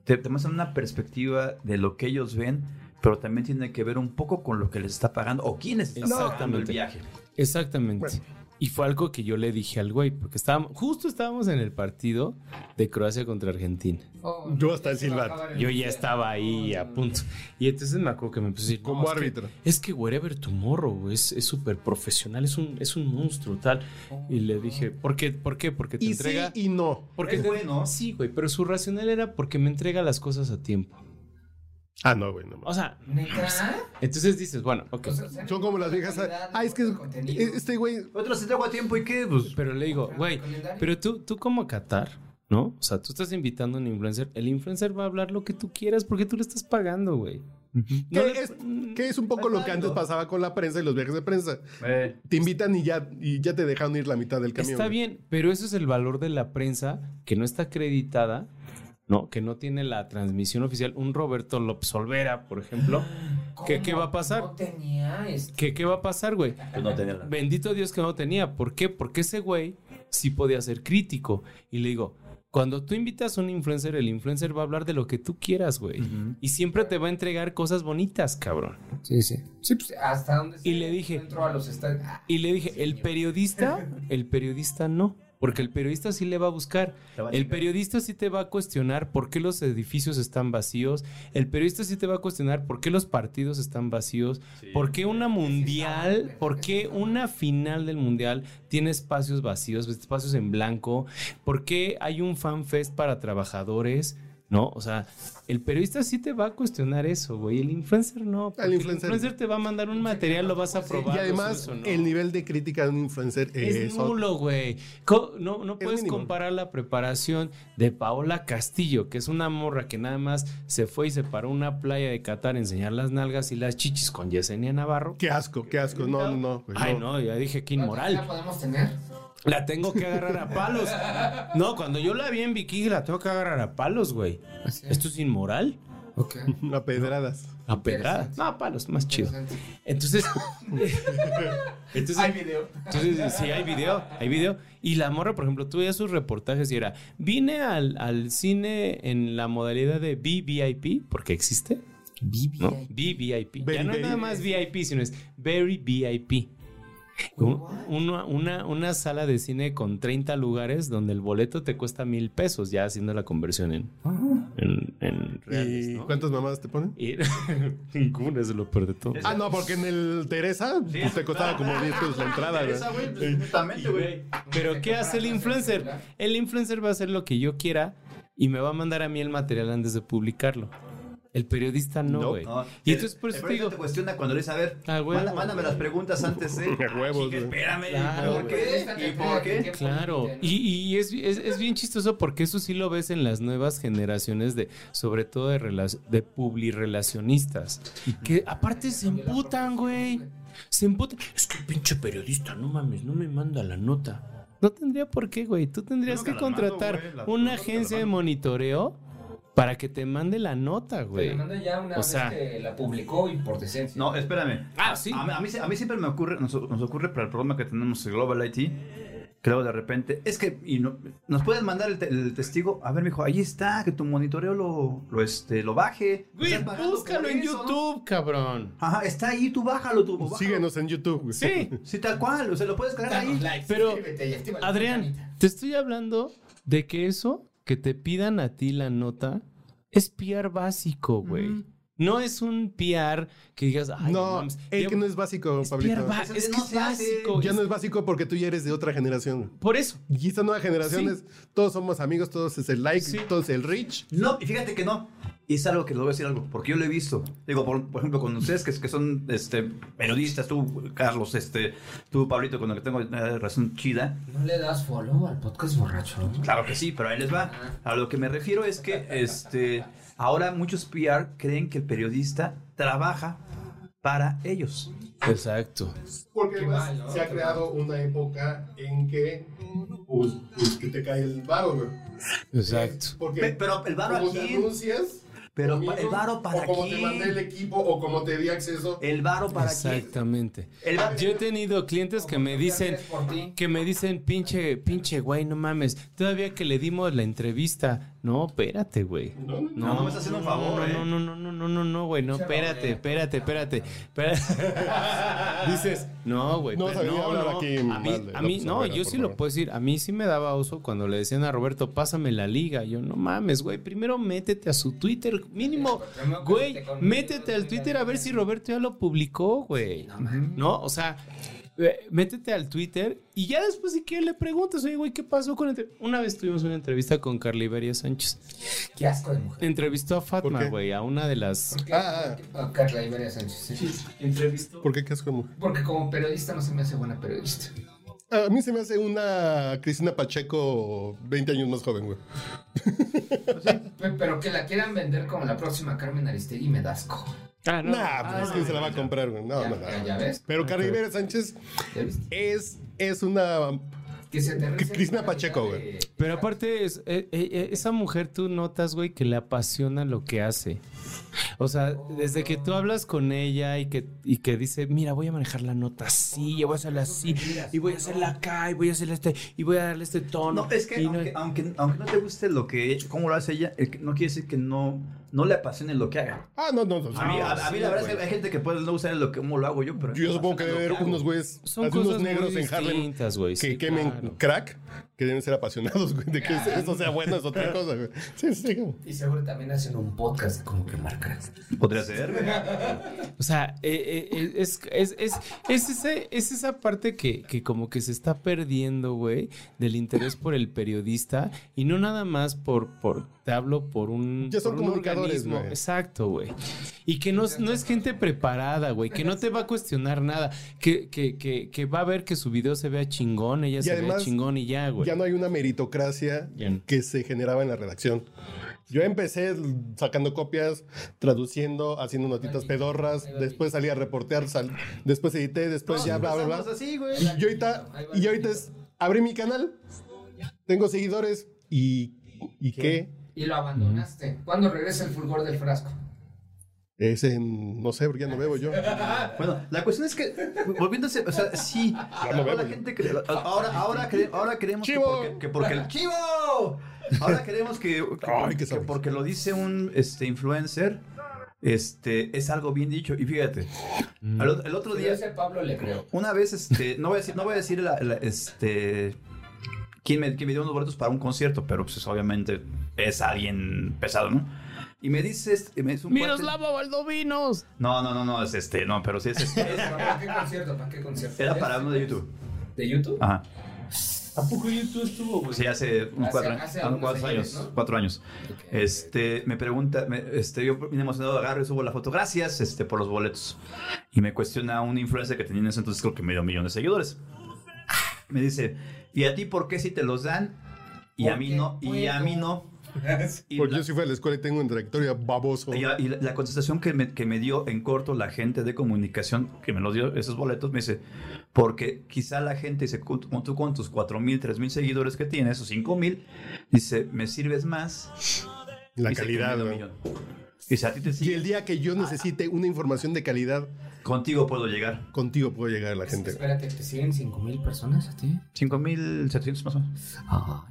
J: te, te muestran una perspectiva de lo que ellos ven, pero también tiene que ver un poco con lo que les está pagando o quién les está pagando el
H: Exactamente.
J: viaje.
H: Exactamente. Y fue algo que yo le dije al güey, porque estábamos, justo estábamos en el partido de Croacia contra Argentina.
I: Oh,
G: Yo hasta el silbato.
H: Yo ya estaba ahí a punto. Y entonces me acuerdo que me empecé a decir,
G: Como
H: "No, es que-
G: árbitro.
H: es que Wherever Tomorrow güey, es es súper profesional, es un, es un monstruo tal. Y le dije, ¿por qué? ¿Por qué? Porque te
G: Y sí
H: entrega...
G: y no.
H: Porque
G: Es
H: te-
G: bueno.
H: Sí, güey, pero su racional era porque me entrega las cosas a tiempo.
G: Ah, no, güey, no.
H: O sea,
I: Pues,
H: entonces dices, bueno, ok.
G: Son como las viejas. Ah, es que es- este güey.
J: Otro se trago a tiempo y qué. pues,
H: Pero le digo, güey, pero tú, tú como Qatar, ¿no? O sea, tú estás invitando a un influencer. El influencer va a hablar lo que tú quieras porque tú le estás pagando, güey.
G: Que, es,
H: mm,
G: que es un poco lo que antes pasaba con la prensa y los viajes de prensa. Te invitan y ya, y ya te dejan ir la mitad del camión.
H: Está
G: güey.
H: bien, pero eso es el valor de la prensa que no está acreditada, ¿no? Que no tiene la transmisión oficial. Un Roberto López Olvera, por ejemplo. ¿Qué, ¿Qué va a pasar?
I: tenía este.
H: ¿Qué, ¿Qué va a pasar, güey?
J: Pues no tenía nada.
H: Bendito Dios que no tenía. ¿Por qué? Porque ese güey sí podía ser crítico. Y le digo, cuando tú invitas a un influencer, el influencer va a hablar de lo que tú quieras, güey. Y siempre te va a entregar cosas bonitas, cabrón.
I: Sí, sí. ¿Hasta dónde se
H: pues, Y le dije,
I: entró a los estadios? Ah,
H: y le dije, el periodista, el periodista no. Porque el periodista sí le va a buscar.
J: va a
H: El
J: checar.
H: periodista sí te va a cuestionar por qué los edificios están vacíos. El periodista sí te va a cuestionar por qué los partidos están vacíos. por qué una mundial, por qué una final del mundial tiene espacios vacíos, espacios en blanco. Por qué hay un fanfest para trabajadores. No, o sea, el periodista sí te va a cuestionar eso, güey. El influencer no. porque El influencer,
G: influencer-
H: te va a mandar un material, lo vas a probar.
G: Y
H: lo
G: además,
H: subes o no.
G: el nivel de crítica de un influencer
H: Es
G: es
H: nulo, güey. Co- No, no puedes
G: mínimo.
H: comparar la preparación de Paola Castillo, que es una morra que nada más se fue y se paró a una playa de Qatar a enseñar las nalgas y las chichis con Yesenia Navarro.
G: Qué asco, qué asco. No, no, Pues no. güey,
H: Ay, no, ya dije que
I: ¿La
H: inmoral.
I: podemos tener?
H: La tengo que agarrar a palos. No, cuando yo la vi en bikini la tengo que agarrar a palos, güey. Esto es inmoral.
G: A pedradas.
H: A pedradas. No, a palos, más chido. Entonces, entonces,
I: Hay video.
H: Entonces, sí, hay video, hay video. Y la morra, por ejemplo, tú veías sus reportajes y era, vine al, al cine en la modalidad de VVIP, porque existe.
I: VVIP.
H: ¿no? VVIP. Ya
I: Very
H: no es nada
I: VIP.
H: más VIP, sino es Very VIP. Un- Una, una, una sala de cine con 30 lugares donde el boleto te cuesta mil pesos, ya haciendo la conversión en, en, en reales.
G: ¿Y cuántas mamadas te ponen?
H: Ninguna es lo peor de todo.
G: Ah, no, porque en el Teresa pues, te costaba como 10 pesos la entrada, güey.
J: Exactamente, güey.
H: Pero ¿qué hace el influencer? El influencer va a hacer lo que yo quiera y me va a mandar a mí el material antes de publicarlo. El periodista no, güey. Y entonces por
J: Ah, El
H: eso te
J: periodista
H: digo,
J: te cuestiona cuando le dices, a ver,
H: Ah, huevo,
J: manda- mándame las preguntas antes, ¿eh?
G: huevos,
J: Chica, espérame,
H: Claro,
J: ¿por qué? ¿Y por qué?
H: Claro, y, y es, es- es bien chistoso porque eso sí lo ves en las nuevas generaciones de, sobre todo de, relac- de publirelacionistas, que aparte se emputan, güey. Se emputan. Es que pinche periodista, no mames, no me manda la nota. No tendría por qué, güey. Tú tendrías que
J: la mando,
H: contratar
J: güey, la-
H: una agencia de monitoreo para que te mande la nota, güey.
I: Te la mando ya una
H: o
I: vez
H: sea,
I: que la publicó y por decencia.
J: No, espérame.
H: Ah, sí.
J: A mí, a mí- a mí siempre me ocurre, nos, nos ocurre para el problema que tenemos el Global IT, que luego de repente, es que, y no- nos pueden mandar el, te- el testigo, a ver, mijo, ahí está, que tu monitoreo lo, lo, este, lo baje.
H: Güey, búscalo en YouTube, cabrón.
J: Ajá, está ahí, tú bájalo, tú bájalo.
G: Síguenos en YouTube, güey.
H: Sí.
J: Sí, tal cual, o sea, lo puedes cargar ahí.
H: Pero, Adrián, te estoy hablando de que eso, que te pidan a ti la nota, es PR básico, güey. No es un PR que digas, ay,
G: No,
H: mames,
G: es
H: ya-
G: que no es básico, Pablito.
H: va- es que es básico,
G: Ya
H: es-
G: no es básico porque tú ya eres de otra generación.
H: Por eso.
G: Y esta nueva generación
J: Sí.
G: es, todos somos amigos, todos es el like, todos el rich.
J: No, y fíjate que no. Y es algo que les voy a decir algo, porque yo lo he visto. Digo, por, por ejemplo, con ustedes que, que son este, periodistas, tú, Carlos, este, tú, Pablito, con el que tengo una relación chida.
I: ¿No le das follow al podcast borracho?
J: Claro que sí, pero ahí les va. A lo que me refiero es que este, ahora muchos PR creen que el periodista trabaja para ellos.
H: Exacto.
G: Porque además se ha creado una época en que, pues, pues, que te cae el varo, güey.
H: Exacto.
G: Porque
J: Pe- pero el varo
G: como
J: aquí-
G: te anuncias,
J: Pero
G: conmigo,
J: pa- el varo para
G: o como te
J: aquí.
G: mandé el equipo, o como te di acceso.
J: El varo para aquí.
H: Exactamente.
J: El-
H: Yo he tenido clientes que me dicen, que me dicen, pinche, pinche güey, no mames. Todavía que le dimos la entrevista. No, espérate, güey. No,
J: no, no me estás haciendo un favor,
H: no,
J: eh.
H: no, no, no, no, no, no, no, güey, no, espérate, espérate, espérate, espérate. Dices, no, güey,
G: No
H: pero
G: sabía hablar aquí
H: a mí,
G: mal de
H: a mí-
G: López
H: no,
G: Obrador,
H: yo
G: por
H: sí lo
G: favor.
H: puedo decir, a mí sí me daba oso cuando le decían a Roberto, pásame la liga, yo, no mames, güey, primero métete a su Twitter, mínimo, güey, métete al Twitter a ver si Roberto ya lo publicó, güey, ¿no? O sea... eh, Métete al Twitter y ya después si quieres le preguntas, oye, güey, ¿qué pasó con la entre-?" Una vez tuvimos una entrevista con Carliberia Sánchez.
I: Qué asco de mujer.
H: Entrevistó a Fatma,
I: qué?
H: güey, a una de las...
G: Ah,
I: ah. Carla Iberia Sánchez. Sí.
H: Entrevistó.
G: ¿Por qué qué asco de mujer?
I: Porque como periodista no se me hace buena periodista.
G: Ah, A mí se me hace una Cristina Pacheco 20 años más joven, güey.
I: Pe- Pero que la quieran vender como la próxima Carmen Aristegui me da asco.
H: Ah,
G: no. Nah, pues, es que se la va a comprar, güey. No,
I: Ya,
G: no,
I: ya,
G: no.
I: ya ves.
G: Pero Carla Iberia Sánchez es, es una.
I: Que se te
G: C- Cristina Pacheco, güey.
H: Pero aparte, es- eh, eh, eh, esa mujer tú notas, güey, que le apasiona lo que hace. O sea, desde que tú hablas con ella y que, y que dice, mira, voy a manejar la nota así, y voy a hacerla así, y voy a hacerla acá, y voy a hacerla este, y voy a darle este tono.
J: No, es que
H: y no-
J: aunque, aunque, aunque no te guste lo que cómo lo hace ella, eh, que no quiere decir que no, no le apasione lo que haga.
G: Ah, no, no, no.
J: A mí, a- a mí
G: sí,
J: la verdad es
G: güey.
J: que hay gente que puede no usar lo que cómo lo hago yo, pero
G: Yo supongo que debe haber unos güeyes, así unos negros en Harlem que quemen crack, que deben ser apasionados, güey. De que
J: Ah.
G: eso sea bueno es otra cosa, güey. Sí, sí, güey.
I: Y seguro también hacen un podcast de como que marcas.
J: Podría
G: Pues
J: ser, güey.
H: O sea, eh, eh, eh, es, es, es, es ese- es esa parte que, que como que se está perdiendo, güey, del interés por el periodista y no nada más por, por te hablo por un,
G: Ya son
H: por un
G: comunicadores,
H: organismo.
G: güey.
H: Exacto, güey. Y que no, es- no es gente preparada, güey, que no te va a cuestionar nada, que, que, que, que va a ver que su video se vea chingón, ella
G: Y
H: se vea
G: además,
H: chingón y ya, güey.
G: Ya no hay una meritocracia que se generaba en la redacción. Yo empecé sacando copias, traduciendo, haciendo notitas pedorras, después salí a reportear, sal- después edité, después ya bla, bla, bla.
J: Empezamos Pues así, güey.
G: Y yo ahorita, y yo ahorita es, abrí mi canal, tengo seguidores y, y qué.
I: Y lo abandonaste. ¿Cuándo regresa el fulgor del frasco?
G: Es en, no sé, porque ya no bebo yo.
J: Bueno, la cuestión es que, volviéndose, o sea, sí,
G: no
J: ahora
G: vemos,
J: la
G: ya.
J: gente cree- ahora, ahora, cre- ahora queremos que porque, que porque el chivo, ahora queremos que, que- que porque lo dice un este, influencer, este, es algo bien dicho, y fíjate,
G: Mm.
J: al o- el otro
I: Si
J: día,
I: ese Pablo le creo.
J: una vez, este, no voy a decir, no voy a decir la- la- este, quién me, quién me dio unos boletos para un concierto, pero pues obviamente es alguien pesado, ¿no? Y me dice, este- me dice un cuate-
H: ¡Miroslava Valdovinos!
J: no, no, no, no, es este, no, pero sí es este.
I: ¿Para qué concierto? ¿Para qué concierto?
J: Era para uno de YouTube.
I: ¿De YouTube?
J: Ajá.
H: ¿A poco YouTube estuvo, güey?
J: Sí, hace
I: Hace-
J: unos cuatro,
I: hace
J: ah, no,
I: algunos
J: cuatro
I: ayeres,
J: años. Cuatro años. Este, me pregunta, me- este, yo bien emocionado agarro y subo la foto. Gracias, este, por los boletos. Y me cuestiona un influencer que tenía en ese entonces creo que medio millón de seguidores. Me dice, ¿y a ti por qué si te los dan? Y a mí no, y a mí no. Y
G: Porque
J: la-
G: yo sí fui a la escuela y tengo una trayectoria baboso.
J: Y, la, y la- la contestación que me, que me dio en corto la gente de comunicación que me los dio esos boletos me dice, porque quizá la gente dice, "Con- con- tú con tus 4 mil, 3 mil seguidores que Ah. tienes o 5 mil, dice, me sirves más
G: La
J: y se
G: calidad,
J: quedó en
G: ¿no?
J: un millón. Y si a ti te
G: Y el día que yo necesite una información de calidad.
J: Contigo puedo llegar.
G: Contigo puedo llegar la gente.
I: Espérate, ¿te siguen 5000 personas a ti?
J: 5.700 más o menos.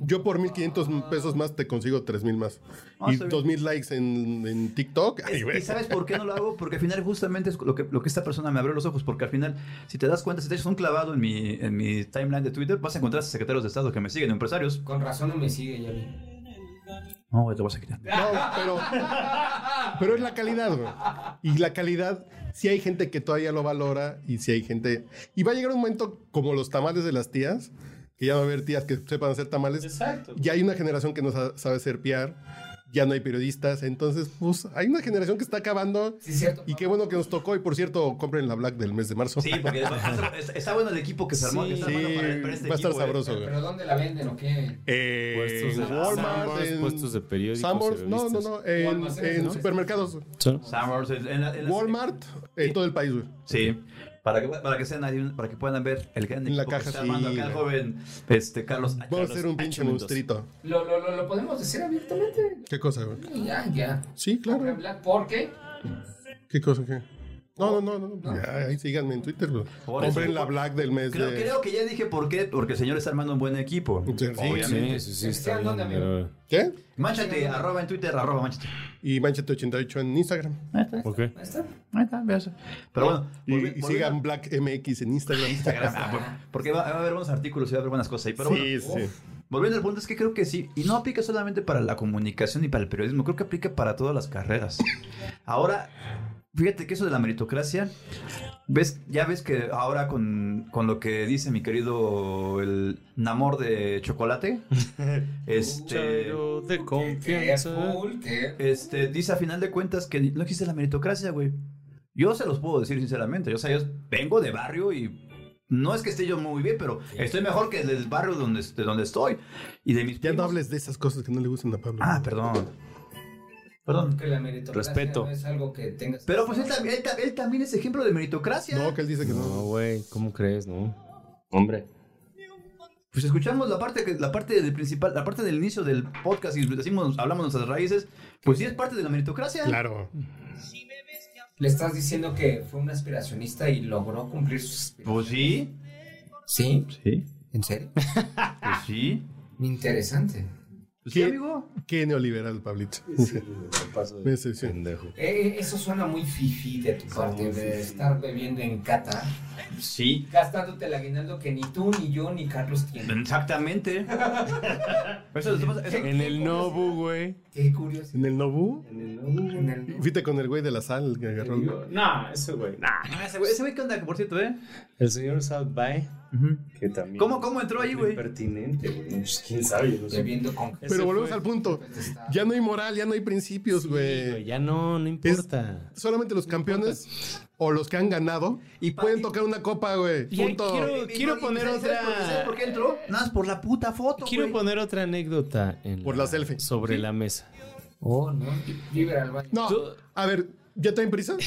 G: Yo por 1.500 pesos más te consigo 3.000 más.
J: Ah,
G: y
J: está bien.
G: 2.000 likes en, en TikTok. Ay, güey.
J: ¿Y sabes por qué no lo hago? Porque al final justamente es lo que, lo que esta persona me abrió los ojos. Porque al final, si te das cuenta, si te echas un clavado en mi, en mi timeline de Twitter, vas a encontrar secretarios de Estado que me siguen, empresarios.
I: Con razón no me sigue, ya vi.
J: No, güey, te vas a quitar.
G: No, pero, pero es la calidad, güey. Y la calidad, si hay gente que todavía lo valora y si hay gente... Y va a llegar un momento como los tamales de las tías, que ya va a haber tías que sepan hacer tamales.
H: Exacto.
G: Ya hay una generación que no sa- sabe hacer piar, ya no hay periodistas, entonces pues hay una generación que está acabando. y qué bueno que nos tocó. Y por cierto, compren la Black del mes de marzo.
J: Sí, porque está, está bueno el equipo que se armó.
G: Sí,
J: está bueno para, para este
G: va a estar
J: equipo, eh.
G: sabroso, güey.
I: ¿Pero dónde la venden o qué?
H: Eh,
G: Puestos de- Walmart, Sanborns, en- puestos de
H: periódicos.
G: Sanborns, no, no, no, en,
J: ¿eh?
G: en supermercados.
J: Sanborns, en- en la- en la-
G: Walmart, en todo el país, güey.
J: Sí. Para que, para, que sean ahí un- para que puedan ver el gran equipo
G: caja,
J: que está
G: sí,
J: armando acá el
G: güey.
J: joven este, Carlos
G: Vamos a hacer un pinche monstruito.
I: ¿Lo, lo, lo, lo podemos decir abiertamente?
G: ¿Qué cosa, güey?
I: Ya, ya.
G: Sí, claro.
I: ¿Por qué?
G: ¿Qué cosa, qué? No, no, no, no. Ya, ahí síganme en Twitter, güey.
J: Por
G: Compren
J: eso.
G: la Black del mes
J: Creo,
G: de...
J: creo que ya dije por qué. Porque el señor está armando un buen equipo. Obviamente.
H: Sí, sí, sí, está bien, pero-
G: ¿Qué?
J: Manchate, arroba en Twitter, arroba manchate.
G: Y Manchete88 en Instagram.
H: Ok.
J: Ahí está, veas. Pero bueno,
G: Y, y sigan Black MX en Instagram.
J: Instagram. ah, bueno, porque va, va a haber buenos artículos y va a haber buenas cosas ahí. Pero
G: Sí,
J: bueno,
G: sí.
J: volviendo al punto, es que creo que sí. Y no aplica solamente para la comunicación y para el periodismo, creo que aplica para todas las carreras. Ahora, fíjate que eso de la meritocracia, ves, ya ves que ahora con, con lo que dice mi querido el Namor de Chocolate, este. de confianza. Este, dice a final de cuentas que no existe la meritocracia, güey. Yo se los puedo decir sinceramente. Yo, o sea, yo vengo de barrio y no es que esté yo muy bien, pero estoy mejor que el del barrio donde, de donde estoy. Y de mis
G: Ya no hables de esas cosas que no le gustan a Pablo.
J: Ah, perdón. Perdón.
I: Que la meritocracia
J: Respeto.
I: no es algo que tengas.
J: Pero pues él, tam- él tam- él también es ejemplo de meritocracia.
G: que él dice
H: No, güey, ¿cómo crees, no? Hombre.
J: Pues escuchamos la parte, que, la parte del principal, la parte del inicio del podcast y decimos, hablamos nuestras raíces. Pues sí es parte de la meritocracia.
G: Claro.
I: Le estás diciendo que fue un aspiracionista y logró cumplir sus
J: Pues sí.
I: ¿Sí?
J: Sí.
I: ¿En serio?
J: Pues sí. Pues,
I: Interesante.
G: ¿Qué, qué neoliberal, Pablito. Me decepciona.
I: Eh, eso suena muy fifi de tu parte, de estar bebiendo en cata,
J: Sí.
I: gastándote el aguinaldo que ni tú, ni yo, ni Carlos tienen.
J: Exactamente.
I: En el Nobu,
H: güey.
I: Qué curioso.
G: ¿En el Nobu?
I: En el Nobu. En el Nobu.
G: Fuiste con el güey de la sal que agarró. el-
H: Nah, ese güey. Nah.
J: Ah, ese güey, ese güey que onda, por cierto, ¿eh?
H: El señor South by. Que también.
J: ¿Cómo, cómo entró ahí, güey?
H: Pertinente, güey. Pues, ¿Quién sabe? Yo no sé.
I: Bebiendo con
G: Pero volvemos al punto. Ya no hay moral, ya no hay principios, güey.
H: ya no, no importa.
G: Solamente los campeones o los que han ganado pueden tocar una copa, güey.
H: Y ahí
G: Punto.
H: quiero- quiero poner
J: ¿Sabes por-
H: otra-
J: ¿Sabes por qué entró? Nada más por la puta foto,
H: Quiero
J: güey.
H: poner otra anécdota en
G: Por la selfie.
H: sobre la mesa.
I: Oh, no. Libre al baño.
G: No, a ver, ¿ya te prisa?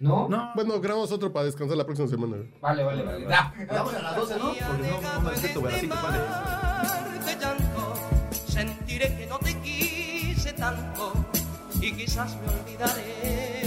I: ¿No?
G: Bueno, grabamos otro para descansar la próxima semana. güey.
I: Vale, vale, vale. Da.
J: Vamos a las 12, ¿no? Porque no, no me despierto, güey, a las 5, vale.
D: de llanto, sentiré que no te quise tanto y quizás me olvidaré.